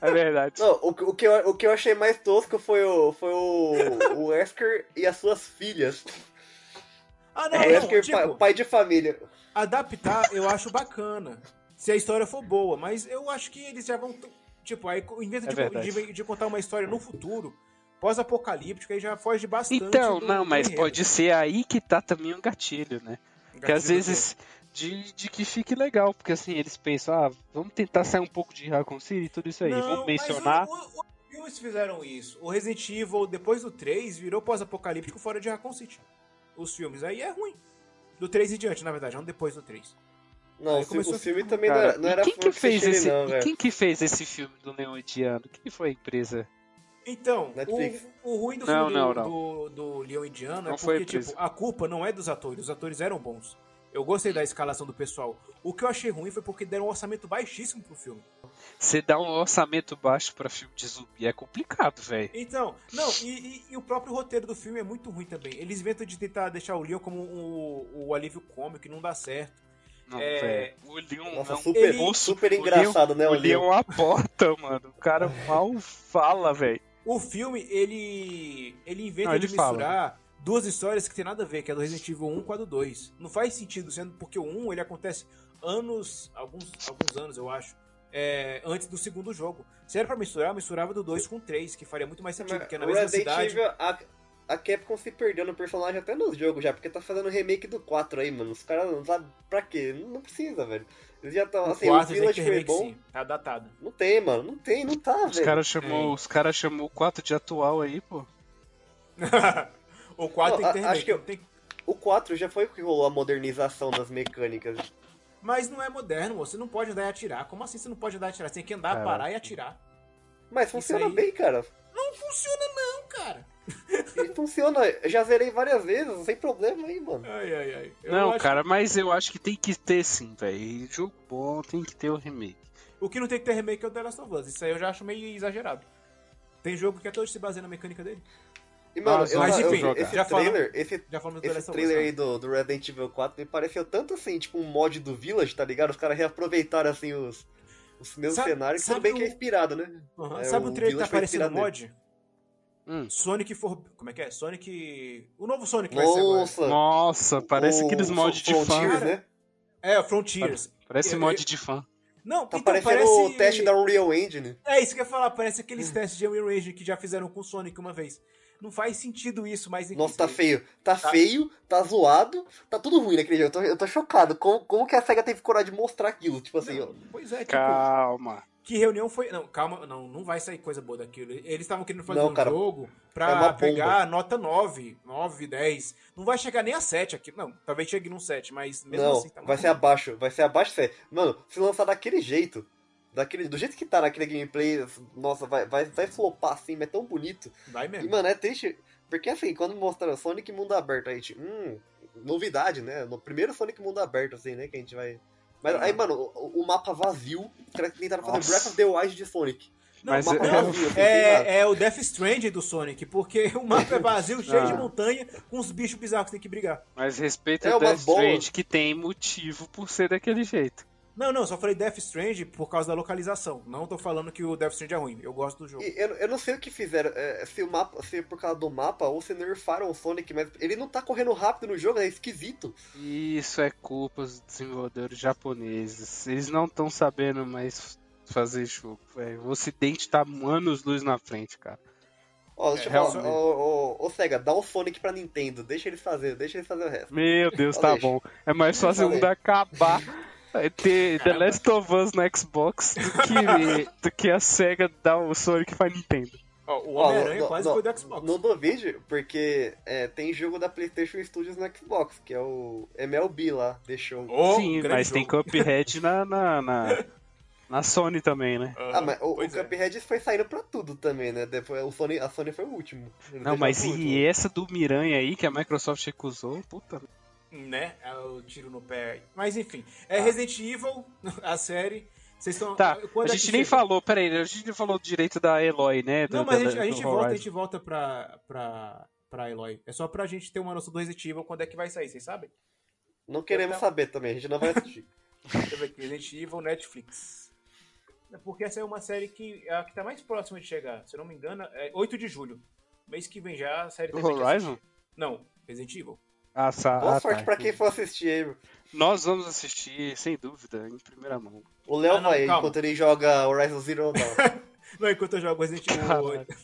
Speaker 2: É verdade.
Speaker 3: Não, o, o, que eu, o que eu achei mais tosco foi o, foi o, o Wesker e as suas filhas.
Speaker 1: Ah,
Speaker 3: O
Speaker 1: não, não
Speaker 3: Wesker,
Speaker 1: tipo,
Speaker 3: pa- pai de família.
Speaker 1: adaptar eu acho bacana. Se a história for boa, mas eu acho que eles já vão. t- Tipo, aí co- inventa
Speaker 2: É
Speaker 1: de,
Speaker 2: verdade.
Speaker 1: de- de contar uma história no futuro, pós-apocalíptico, aí já foge bastante.
Speaker 2: Então,
Speaker 1: do-
Speaker 2: não,
Speaker 1: do
Speaker 2: mas
Speaker 1: enredo.
Speaker 2: pode ser aí que tá também um gatilho, né? que
Speaker 1: Gatilho
Speaker 2: às
Speaker 1: do-
Speaker 2: vezes de, de que fique legal, porque assim, eles pensam, ah, vamos tentar sair um pouco de Raccoon City e tudo isso aí, vamos
Speaker 1: mas
Speaker 2: mencionar.
Speaker 1: o- o- os filmes fizeram isso. O Resident Evil, depois do 3, virou pós-apocalíptico fora de Raccoon City. Os filmes. Aí é ruim. Do 3 em diante, na verdade, não depois do 3.
Speaker 3: Não,
Speaker 1: Aí
Speaker 3: o, fi-
Speaker 1: começou
Speaker 3: o
Speaker 1: a
Speaker 3: filme
Speaker 1: ficar-
Speaker 3: também não
Speaker 2: Cara,
Speaker 3: era, não
Speaker 2: e
Speaker 3: era
Speaker 2: quem que
Speaker 3: flor
Speaker 2: fez
Speaker 3: cheire,
Speaker 2: esse,
Speaker 3: não,
Speaker 2: e
Speaker 3: velho.
Speaker 2: quem que fez esse filme do Leão Indiano? Quem foi a empresa?
Speaker 1: Então,
Speaker 3: Netflix.
Speaker 1: o, o ruim do
Speaker 2: Não,
Speaker 1: filme
Speaker 2: não,
Speaker 1: do,
Speaker 2: não.
Speaker 1: do, do Leão Indiano é
Speaker 2: Não foi
Speaker 1: porque, tipo,
Speaker 2: preso.
Speaker 1: a culpa não é dos atores. Os atores eram bons. Eu gostei da escalação do pessoal. O que eu achei ruim foi porque deram um orçamento baixíssimo pro filme.
Speaker 2: Você dá um orçamento baixo pra filme de zumbi é complicado, velho.
Speaker 1: Então, não, e, e- e o próprio roteiro do filme é muito ruim também. Eles inventam de tentar deixar o Leon como um, o, o alívio cômico e não dá certo.
Speaker 2: Não,
Speaker 1: É.
Speaker 2: velho. O Leon
Speaker 3: Nossa,
Speaker 2: é um
Speaker 3: super,
Speaker 2: moço,
Speaker 3: super
Speaker 2: o Leon-
Speaker 3: engraçado, né,
Speaker 2: O
Speaker 3: o Leon?
Speaker 2: Leon aporta, mano. O cara mal fala, velho.
Speaker 1: O filme, ele. ele inventa
Speaker 2: Não, ele
Speaker 1: de
Speaker 2: fala.
Speaker 1: misturar duas histórias que tem nada a ver, que é do Resident Evil 1 com a do 2. Não faz sentido, sendo porque o 1 ele acontece anos. alguns, alguns anos, eu acho. é, antes do segundo jogo. Se era pra misturar, misturava do 2 com o 3, que faria muito mais sentido, porque é na
Speaker 3: o
Speaker 1: mesma
Speaker 3: Resident
Speaker 1: cidade.
Speaker 3: Evil, a, a Capcom se perdeu no personagem até nos jogos já, porque tá fazendo remake do 4 aí, mano. Os caras não sabem pra quê? Não, não precisa, velho. Eles já estão,
Speaker 1: O
Speaker 3: assim, o
Speaker 1: quatro tem que
Speaker 3: Village
Speaker 1: ter
Speaker 3: foi
Speaker 1: remake,
Speaker 3: bom.
Speaker 1: sim. Tá datado.
Speaker 3: Não tem, mano. Não tem, não tá,
Speaker 2: Os
Speaker 3: velho.
Speaker 2: caras chamou, os cara chamou o 4 de atual aí, pô.
Speaker 1: o 4 tem
Speaker 3: Não,
Speaker 1: que ter
Speaker 3: a- acho
Speaker 1: remake.
Speaker 3: que eu-
Speaker 1: não tem-
Speaker 3: O 4 já foi que rolou a modernização das mecânicas.
Speaker 1: Mas não é moderno, moço. Você não pode andar e atirar. Como assim você não pode andar e atirar? Você tem que andar,
Speaker 2: Caraca.
Speaker 1: parar e atirar.
Speaker 3: Mas funciona
Speaker 1: aí-
Speaker 3: bem, cara.
Speaker 1: Não funciona, não, cara.
Speaker 3: E funciona. Eu Já zerei várias vezes, sem problema aí, mano.
Speaker 1: Ai, ai, ai. Eu
Speaker 2: não,
Speaker 1: acho-
Speaker 2: cara, mas eu acho que tem que ter sim, velho. Jogo bom tem que ter o remake.
Speaker 1: O que não tem que ter remake é o The Last of Us. Isso aí eu já acho meio exagerado. Tem jogo que até hoje se baseia na mecânica dele.
Speaker 3: E, mano,
Speaker 2: Mas,
Speaker 3: eu,
Speaker 2: mas
Speaker 3: eu-
Speaker 2: enfim,
Speaker 3: esse
Speaker 1: já falamos-
Speaker 3: trailer, esse
Speaker 1: Já falamos do The
Speaker 3: Esse
Speaker 1: Last
Speaker 3: trailer
Speaker 1: of Us. né?
Speaker 3: aí do, do Resident Evil 4 me pareceu tanto assim, tipo um mod do Village, tá ligado? Os caras reaproveitaram assim os, os mesmos
Speaker 1: Sabe-
Speaker 3: cenários, tudo
Speaker 1: sabe
Speaker 3: bem que é
Speaker 1: o-
Speaker 3: inspirado, né?
Speaker 1: né? Aham.
Speaker 3: É,
Speaker 1: Sabe o
Speaker 3: o
Speaker 1: trailer que tá
Speaker 3: Village foi
Speaker 1: aparecendo no
Speaker 3: inspirado
Speaker 1: mod?
Speaker 2: Hum.
Speaker 1: Sonic for... Como é que é? Sonic... O novo Sonic vai ser agora.
Speaker 3: Nossa!
Speaker 2: Nossa, parece
Speaker 3: Ah, o
Speaker 2: aqueles mods de fã.
Speaker 3: Frontiers, né?
Speaker 1: É, o Frontiers.
Speaker 2: Parece
Speaker 1: Eu-
Speaker 2: mod
Speaker 1: eu-
Speaker 2: de fã.
Speaker 1: Não,
Speaker 3: Tá
Speaker 1: então
Speaker 3: parecendo
Speaker 1: parece...
Speaker 3: o teste da Hum. Unreal Engine.
Speaker 1: É isso que eu ia falar. Parece aqueles testes de Unreal Engine que já fizeram com o Sonic uma vez. Não faz sentido isso, mas é enfim.
Speaker 3: Nossa, tá
Speaker 1: se-
Speaker 3: feio. Tá, feio, tá zoado, tá tudo ruim naquele jogo. Eu tô, eu tô chocado. Como, como que a SEGA teve coragem de mostrar aquilo? Tipo assim, ó.
Speaker 1: Pois é, tipo,
Speaker 2: Calma.
Speaker 1: que reunião foi. Não, calma, não, não vai sair coisa boa daquilo. Eles estavam querendo fazer
Speaker 3: Não,
Speaker 1: um
Speaker 3: cara,
Speaker 1: jogo
Speaker 3: é uma
Speaker 1: pra
Speaker 3: bomba.
Speaker 1: pegar nota 9, 9, 10. Não vai chegar nem a 7 aqui. Não, talvez chegue num 7, mas mesmo
Speaker 3: não,
Speaker 1: assim tá
Speaker 3: vai ser abaixo, vai ser abaixo sério. Mano, se lançar daquele jeito, daquele, do jeito que tá naquele gameplay, nossa, vai, vai, vai flopar assim, mas é tão bonito.
Speaker 1: Vai
Speaker 3: E,
Speaker 1: mesmo.
Speaker 3: mano, é triste. Porque assim, quando mostraram Sonic Mundo Aberto, a gente. Hum, novidade, né? No primeiro Sonic Mundo Aberto, assim, né? Que a gente vai. Mas aí, mano, o, o mapa vazio, os caras tentaram fazer
Speaker 2: Nossa.
Speaker 3: Breath of the Wild de Sonic.
Speaker 1: Não,
Speaker 2: Mas
Speaker 1: o mapa
Speaker 2: eu-
Speaker 1: é
Speaker 3: vazio, assim, sem nada.
Speaker 1: É, é o Death Stranding do Sonic, porque o mapa é vazio, cheio de
Speaker 2: Ah.
Speaker 1: montanha, com os bichos bizarros que tem que brigar.
Speaker 2: Mas respeita
Speaker 3: É
Speaker 2: o
Speaker 3: uma
Speaker 2: Death
Speaker 3: boa.
Speaker 2: Strange que tem motivo por ser daquele jeito.
Speaker 1: Não, não, só falei Death Stranding por causa da localização. Não tô falando que o Death Stranding é ruim, eu gosto do jogo.
Speaker 3: E eu, eu não sei o que fizeram, é, se o mapa, se por causa do mapa ou se nerfaram o Sonic, mas ele não tá correndo rápido no jogo, é esquisito.
Speaker 2: Isso é culpa dos desenvolvedores japoneses. Eles não estão sabendo mais fazer jogo, velho. O Ocidente tá anos luz na frente, cara.
Speaker 3: Ó, deixa eu falar,
Speaker 2: realmente.
Speaker 3: ô, ô, ô, Sega, dá o Sonic pra Nintendo, deixa eles fazer, deixa eles fazer o resto.
Speaker 2: Meu Deus,
Speaker 3: Ó,
Speaker 2: tá
Speaker 3: deixa.
Speaker 2: bom. É mais fácil
Speaker 3: Falei.
Speaker 2: um da acabar. é Ter The Last of Us no Xbox do que, do que a SEGA dar o Sonic pra Nintendo.
Speaker 1: Ó, o
Speaker 3: Ó,
Speaker 1: Homem-Aranha
Speaker 3: no-
Speaker 1: quase
Speaker 3: no-
Speaker 1: foi do Xbox.
Speaker 3: No Dovide, porque é, tem jogo da PlayStation Studios no Xbox, que é o MLB lá, deixou.
Speaker 1: Ô,
Speaker 2: Sim,
Speaker 1: grande
Speaker 2: mas tem
Speaker 1: jogo.
Speaker 2: Cuphead na, na, na, na Sony também, né?
Speaker 3: Ah, mas o, o
Speaker 1: Pois é.
Speaker 3: Cuphead foi saindo pra tudo também, né? Depois, o Sony, a Sony foi o último. Eles
Speaker 2: Não,
Speaker 3: deixaram
Speaker 2: mas
Speaker 3: pro
Speaker 1: tá
Speaker 3: último.
Speaker 2: e essa do Miranha aí que a Microsoft recusou? Puta.
Speaker 1: Né? É o tiro no pé aí. Mas enfim. É Resident Evil, a série. Vocês estão.
Speaker 2: Tá,
Speaker 1: quando
Speaker 2: a
Speaker 1: é
Speaker 2: gente
Speaker 1: que
Speaker 2: nem
Speaker 1: chega?
Speaker 2: falou, peraí, a gente não falou direito da Eloy, né? do-
Speaker 1: Não, mas a
Speaker 2: da-
Speaker 1: gente, a
Speaker 2: do
Speaker 1: gente volta, a
Speaker 2: Horizon.
Speaker 1: gente volta pra, pra, pra Eloy. É só pra gente ter uma noção do Resident Evil quando é que vai sair, vocês sabem?
Speaker 3: Não queremos
Speaker 1: Então-
Speaker 3: saber também, a gente não vai assistir.
Speaker 1: Deixa eu ver aqui. Resident Evil Netflix. É Porque essa é uma série que é a que tá mais próxima de chegar. Se eu não me engano, é 8 de julho. Mês que vem já a série
Speaker 2: Do
Speaker 1: tem gente
Speaker 2: Horizon?
Speaker 1: assistir. Não, Resident Evil.
Speaker 2: Ah, sa-
Speaker 3: Boa
Speaker 2: ah,
Speaker 3: sorte
Speaker 2: tá.
Speaker 3: pra quem for assistir aí, meu.
Speaker 2: Nós vamos assistir, sem dúvida, em primeira mão.
Speaker 3: O Léo
Speaker 1: Ah, não,
Speaker 3: vai,
Speaker 1: calma.
Speaker 3: enquanto ele joga Horizon Zero Dawn.
Speaker 1: Não, enquanto eu jogo Resident Evil
Speaker 2: Caralho.
Speaker 1: 8.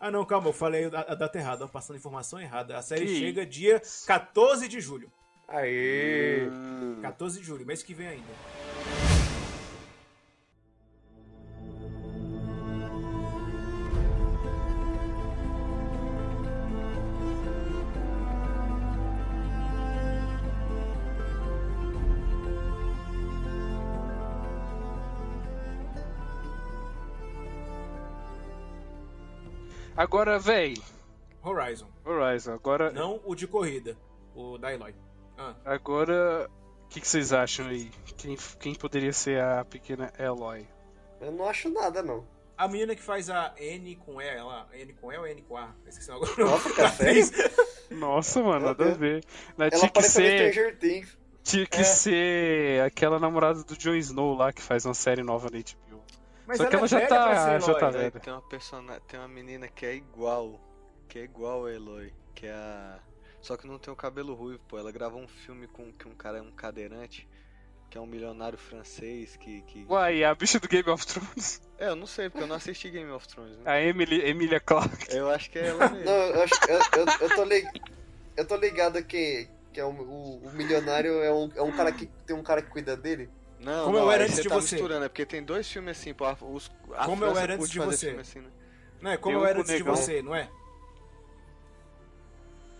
Speaker 1: Ah não, calma, eu falei a a data errada, ó, passando informação errada. A série
Speaker 2: Que
Speaker 1: chega dia 14 de julho.
Speaker 3: Aê!
Speaker 1: 14 de julho, mês que vem ainda.
Speaker 2: Agora, véi,
Speaker 1: Horizon.
Speaker 2: Horizon, agora.
Speaker 1: Não o de corrida, o da Eloy. Ah,
Speaker 2: Agora. O que, que vocês acham aí? Quem, quem poderia ser a pequena Eloy?
Speaker 3: Eu não acho nada, não.
Speaker 1: a menina que faz a N com E, ela, N com E ou N com A? Eu Esqueci agora.
Speaker 3: Nossa, cara, sério?
Speaker 2: Nossa, mano,
Speaker 3: Meu
Speaker 2: nada a
Speaker 3: Deus.
Speaker 2: ver. Ela
Speaker 3: Ela
Speaker 2: tinha que
Speaker 3: apareceu no
Speaker 2: ser.
Speaker 3: Stranger Things.
Speaker 2: Tinha que
Speaker 1: É.
Speaker 2: ser aquela namorada do Jon Snow lá que faz uma série nova na HBO.
Speaker 1: Mas
Speaker 2: Só que ela já
Speaker 1: é velha
Speaker 2: tá-
Speaker 1: pra ser
Speaker 2: já
Speaker 1: Eloy.
Speaker 2: tá
Speaker 4: Daí
Speaker 2: velha.
Speaker 4: tem uma persona... tem uma menina que é igual, que é igual a Eloy, que é a... Só que não tem o cabelo ruivo, pô. Ela gravou um filme com que um cara é um cadeirante, que é um milionário francês que... que...
Speaker 2: Uai, a bicha do Game of Thrones?
Speaker 4: É, eu não sei, porque eu não assisti Game of Thrones, né?
Speaker 2: A Emily, Emilia Clarke.
Speaker 4: Eu acho que é ela mesmo.
Speaker 3: Não, eu, acho- eu, eu, eu tô ligado. Eu tô ligado que, que é um- o, o milionário é um, é um cara que tem um cara que cuida dele.
Speaker 4: Não,
Speaker 1: Como
Speaker 4: não,
Speaker 1: eu era
Speaker 4: aí
Speaker 1: antes
Speaker 4: você
Speaker 1: de
Speaker 4: tá
Speaker 1: você.
Speaker 4: misturando, é porque tem dois filmes assim, pô. A, os, a
Speaker 1: Como eu
Speaker 4: França
Speaker 1: era antes
Speaker 4: curte
Speaker 1: de
Speaker 4: fazer
Speaker 1: você.
Speaker 4: filme assim, né?
Speaker 1: Não, é como
Speaker 2: Tem
Speaker 1: eu
Speaker 2: um
Speaker 1: era
Speaker 2: com
Speaker 1: antes de
Speaker 2: negão.
Speaker 1: você, não é?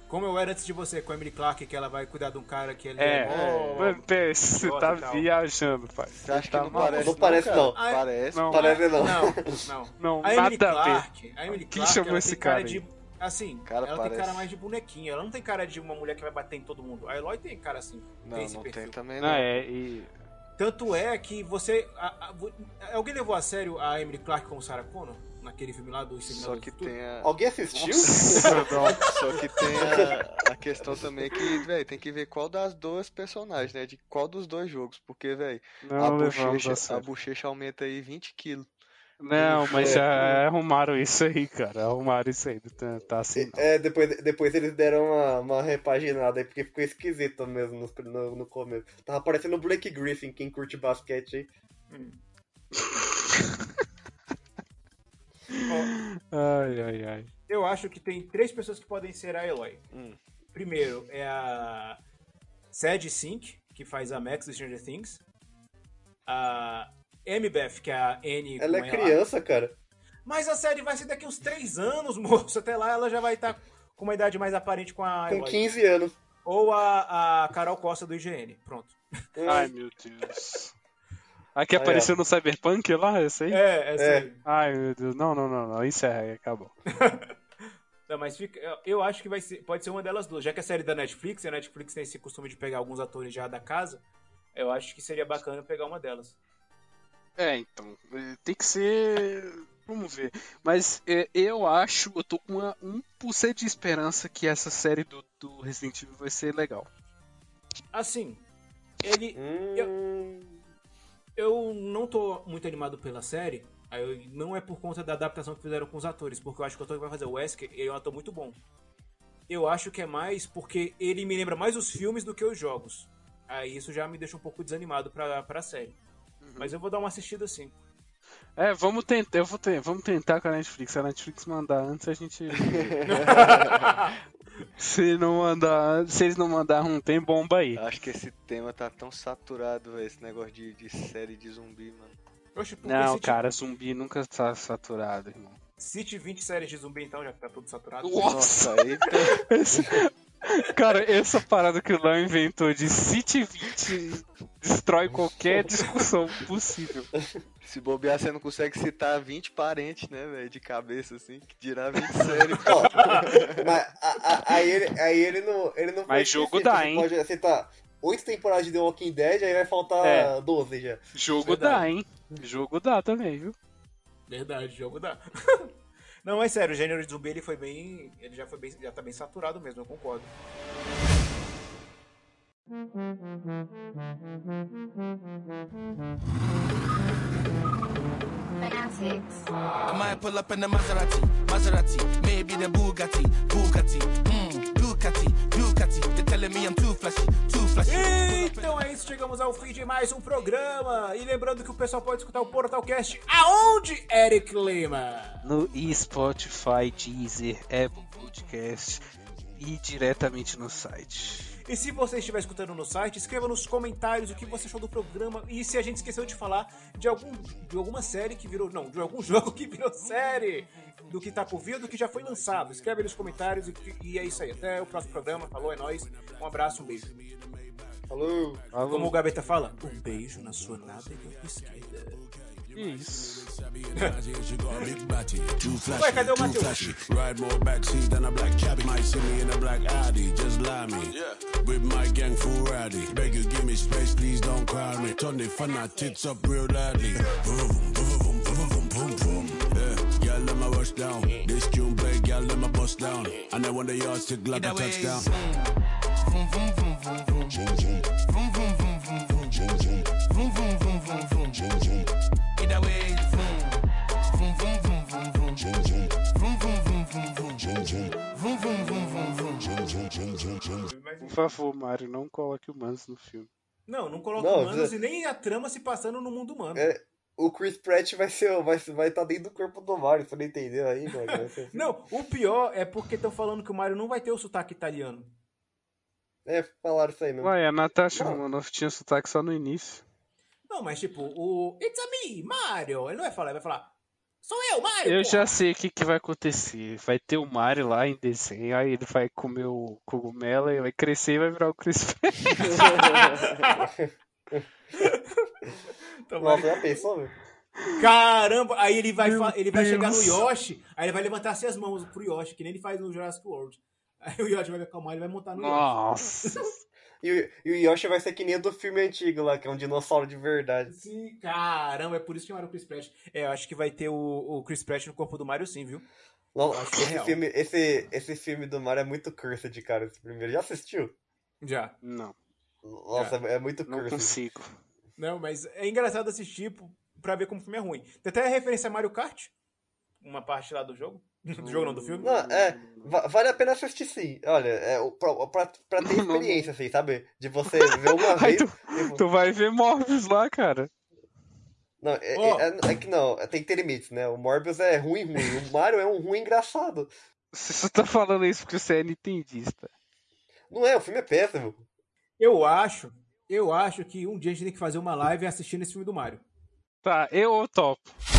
Speaker 1: Como eu era antes de você, com a Emily Clark, que ela vai cuidar de um cara que ele
Speaker 2: É.
Speaker 1: é mó-
Speaker 2: Mano, pera, você
Speaker 1: idiota
Speaker 2: tá
Speaker 1: e tal.
Speaker 2: viajando, pai.
Speaker 4: Você acha
Speaker 2: tá
Speaker 4: que não
Speaker 2: maluco.
Speaker 4: parece?
Speaker 3: Não parece,
Speaker 4: cara?
Speaker 3: não.
Speaker 1: Ah, é?
Speaker 4: Parece.
Speaker 2: Não.
Speaker 3: Parece Tá não.
Speaker 1: Não, não.
Speaker 2: Não,
Speaker 1: A Emily
Speaker 2: nada a ver.
Speaker 1: Clark, a Emily
Speaker 2: Quem
Speaker 1: Clark,
Speaker 2: chamou
Speaker 1: ela
Speaker 2: esse
Speaker 1: tem
Speaker 2: cara
Speaker 1: cara,
Speaker 2: aí?
Speaker 1: de. Assim,
Speaker 4: Cara,
Speaker 1: ela tem
Speaker 4: parece.
Speaker 1: cara mais de bonequinho. Ela não tem cara de uma mulher que vai bater em todo mundo. A Eloy tem cara assim. tem
Speaker 4: Não,
Speaker 1: esse
Speaker 4: não
Speaker 1: perfil.
Speaker 4: tem também, não.
Speaker 2: Não, é, e...
Speaker 1: Tanto é que você. a- a- vo- alguém levou a sério a Emily Clark como Sarah Connor? Naquele filme lá do
Speaker 4: Só
Speaker 1: Exterminador
Speaker 4: que
Speaker 1: do Futuro?
Speaker 4: tem a...
Speaker 3: Alguém assistiu?
Speaker 2: Nossa, não.
Speaker 4: Só que tem a, a questão também que, velho, tem que ver qual das duas personagens, né? De qual dos dois jogos. Porque, velho, a
Speaker 2: Não levamos a
Speaker 4: bochecha, a
Speaker 2: sério.
Speaker 4: bochecha aumenta aí 20 quilos.
Speaker 2: Não, mas já arrumaram isso aí, cara. Arrumaram isso aí. Tá, tá assim. não.
Speaker 3: É, depois, depois eles deram uma, uma repaginada aí, porque ficou esquisito mesmo no, no, no começo. Tava parecendo o Blake Griffin, quem curte basquete aí.
Speaker 1: Ó,
Speaker 2: Ai, ai, ai.
Speaker 1: Eu acho que tem três pessoas que podem ser a Eloy.
Speaker 4: Hum.
Speaker 1: Primeiro é a Sad Sink, que faz a Max do Stranger Things. A M Beth, que é a Annie.
Speaker 3: Ela
Speaker 1: com
Speaker 3: é criança, cara.
Speaker 1: Mas a série vai ser daqui uns três anos, moço. Até lá ela já vai estar com uma idade mais aparente com a
Speaker 3: Com
Speaker 1: Eloy.
Speaker 3: 15 anos.
Speaker 1: Ou a, a Carol Costa do IGN. Pronto.
Speaker 2: Ai, meu Deus. Aqui
Speaker 3: Aí, ó.
Speaker 2: apareceu no Cyberpunk lá, esse aí?
Speaker 1: É, é sério.
Speaker 2: Ai, meu Deus. Não, não, não, não. Encerra aí, acabou.
Speaker 1: Não, mas fica, eu- eu acho que vai ser, pode ser uma delas duas. Já que a série é da Netflix, e a Netflix tem esse costume de pegar alguns atores já da casa, eu acho que seria bacana pegar uma delas.
Speaker 2: É, então. eh, Tem que ser. Vamos ver. Mas eh, eu acho, eu tô com uma, um pulseiro de esperança que essa série do, do Resident Evil vai ser legal.
Speaker 1: Assim, ele,
Speaker 3: Hum,
Speaker 1: eu não tô muito animado pela série, aí eu- não é por conta da adaptação que fizeram com os atores, porque eu acho que o ator que vai fazer o Wesker, ele é um ator muito bom. Eu acho que é mais porque ele me lembra mais os filmes do que os jogos. Aí isso já me deixa um pouco desanimado pra, pra série. Mas eu vou dar uma assistida sim.
Speaker 2: É, vamos tentar, eu vou ter, vamos tentar com a Netflix. Se a Netflix mandar antes, a gente. se não mandar, se eles não mandar um tem bomba aí.
Speaker 4: Eu acho que esse tema tá tão saturado, velho, esse negócio de, de série de zumbi, mano.
Speaker 1: Oxe, porque
Speaker 2: Não,
Speaker 1: se ti-
Speaker 2: cara, zumbi nunca tá saturado, irmão.
Speaker 1: Cite 20 séries de zumbi, então, já que tá tudo saturado.
Speaker 2: Uou! Nossa.
Speaker 4: Nossa, aí tá-
Speaker 2: Esse- Cara, essa parada que o Léo inventou de City 20 destrói qualquer discussão possível.
Speaker 4: se bobear, você não consegue citar 20 parentes, né, velho, de cabeça, assim, que dirá 20 séries.
Speaker 3: ó, mas a- a- aí ele, aí ele não. Ele não
Speaker 2: Mas
Speaker 3: pode
Speaker 2: jogo
Speaker 3: esquecer,
Speaker 2: dá,
Speaker 3: você
Speaker 2: hein?
Speaker 3: Pode aceitar oito temporadas de The Walking Dead, aí vai faltar
Speaker 2: É.
Speaker 3: 12 já.
Speaker 2: Jogo
Speaker 1: Verdade.
Speaker 2: dá, hein? Jogo dá também, viu?
Speaker 1: Verdade, jogo dá. Não, mas sério, o gênero de zumbi ele foi bem. Ele já foi bem. Já tá bem saturado mesmo, eu concordo.
Speaker 7: Fanatics.
Speaker 8: I might pull up in the Maserati, Maserati, maybe the Bugatti, Bugatti, mm, Ducati, Ducati. They're telling me I'm too flashy, too flashy.
Speaker 1: Então é isso, chegamos ao fim de mais um programa. E lembrando que o pessoal pode escutar o Portalcast aonde, Eric Lima?
Speaker 2: No Spotify, Deezer, Apple Podcast e diretamente no site.
Speaker 1: E se você estiver escutando no site, escreva nos comentários o que você achou do programa e se a gente esqueceu de falar de algum de alguma série que virou, não, de algum jogo que virou série, do que tá por vir, do que já foi lançado. Escreve aí nos comentários e, e é isso aí. Até o próximo programa. Falou, é nóis. Um abraço, um beijo.
Speaker 3: Falou.
Speaker 1: Como o Gabeta fala, um beijo na sua nádega esquerda.
Speaker 2: Isso.
Speaker 9: She got a big body, too
Speaker 1: Ué, cadê
Speaker 9: flashy,
Speaker 1: o
Speaker 9: too
Speaker 1: Matheus?
Speaker 9: flashy. Ride more backseats than a black cabbie. Might see me in a black Audi, just lie me. With my gang full rowdy. Beg you, give me space, please don't crowd me. Turn the fanatics up real loudly. Vroom, vroom, vroom, vroom, vroom, vroom. Yeah, girl, let my rush down. This tune play, girl, let my bust down. And I want the yards to glad I
Speaker 8: Either way,
Speaker 9: touch down.
Speaker 8: Vroom, vroom, vroom, vroom, vroom. Vroom, vroom, vroom, vroom, vroom. Vroom, vroom, vroom, vroom, vroom. Either way, vroom. Vroom, vroom, vroom, vroom, vroom. Vroom, vroom, vroom, vroom, vroom. Vroom, vroom, vroom, vroom, vroom.
Speaker 2: Por favor, Mário, não coloque humanos no filme.
Speaker 1: Não, não coloca
Speaker 3: Não,
Speaker 1: humanos
Speaker 3: você-
Speaker 1: e nem a trama se passando no mundo humano.
Speaker 3: É, o Chris Pratt vai ser. Vai estar vai tá dentro do corpo do Mario, você não entendeu aí, mano? Vai ser-
Speaker 1: Não, o pior é porque estão falando que o Mario não vai ter o sotaque italiano.
Speaker 3: É, falaram isso aí mesmo.
Speaker 2: Ué, a Natasha
Speaker 3: Não.
Speaker 2: Romanoff tinha sotaque só no início.
Speaker 1: Não, mas tipo, o It's a me, Mario. Ele não vai falar, ele vai falar Sou eu, Mario.
Speaker 2: Eu
Speaker 1: porra."
Speaker 2: já sei o que, que vai acontecer. Vai ter o Mario lá em desenho, aí ele vai comer o cogumelo, aí vai crescer e vai virar o Chris Pratt.
Speaker 1: Então vai-
Speaker 3: Nossa, já pensou, meu?
Speaker 1: Caramba, aí ele vai, fa- ele vai
Speaker 2: Deus.
Speaker 1: chegar no Yoshi, aí ele vai levantar assim as mãos pro Yoshi, que nem ele faz no Jurassic World. Aí o Yoshi vai me acalmar, ele vai montar no
Speaker 2: Nossa.
Speaker 3: E, o- e o Yoshi vai ser que nem o do filme antigo lá, que é um dinossauro de verdade.
Speaker 1: Yoshi. Sim, caramba, é por isso que chamaram o Chris Pratt. É, eu acho que vai ter o, o Chris Pratt no corpo do Mario sim, viu?
Speaker 3: Não,
Speaker 1: acho que é
Speaker 3: esse,
Speaker 1: real.
Speaker 3: filme, esse, esse filme do Mario é muito cursed, cara, esse primeiro. Já assistiu?
Speaker 1: Já.
Speaker 2: Não,
Speaker 3: Nossa, é, muito
Speaker 2: não
Speaker 3: cursed.
Speaker 2: consigo.
Speaker 1: Não, mas é engraçado assistir p- pra ver como o filme é ruim. Tem até referência a Mario Kart, uma parte lá do jogo. Do jogo não, do filme.
Speaker 3: Não, é, va- vale a pena assistir sim. Olha, é, o- pra, pra, pra ter experiência, assim, sabe? De você ver uma
Speaker 2: Aí
Speaker 3: vez.
Speaker 2: tu,
Speaker 3: tipo-
Speaker 2: tu vai ver Morbius lá, cara.
Speaker 3: Não, é,
Speaker 1: Ó.
Speaker 3: é- é que não, tem que ter limites, né? O Morbius é ruim, ruim. O Mario é um ruim engraçado.
Speaker 2: Você só tá falando isso porque você é nintendista.
Speaker 3: Não é, o filme é péssimo.
Speaker 1: Eu acho, eu acho que um dia a gente tem que fazer uma live assistindo esse filme do Mario.
Speaker 2: Tá, eu topo.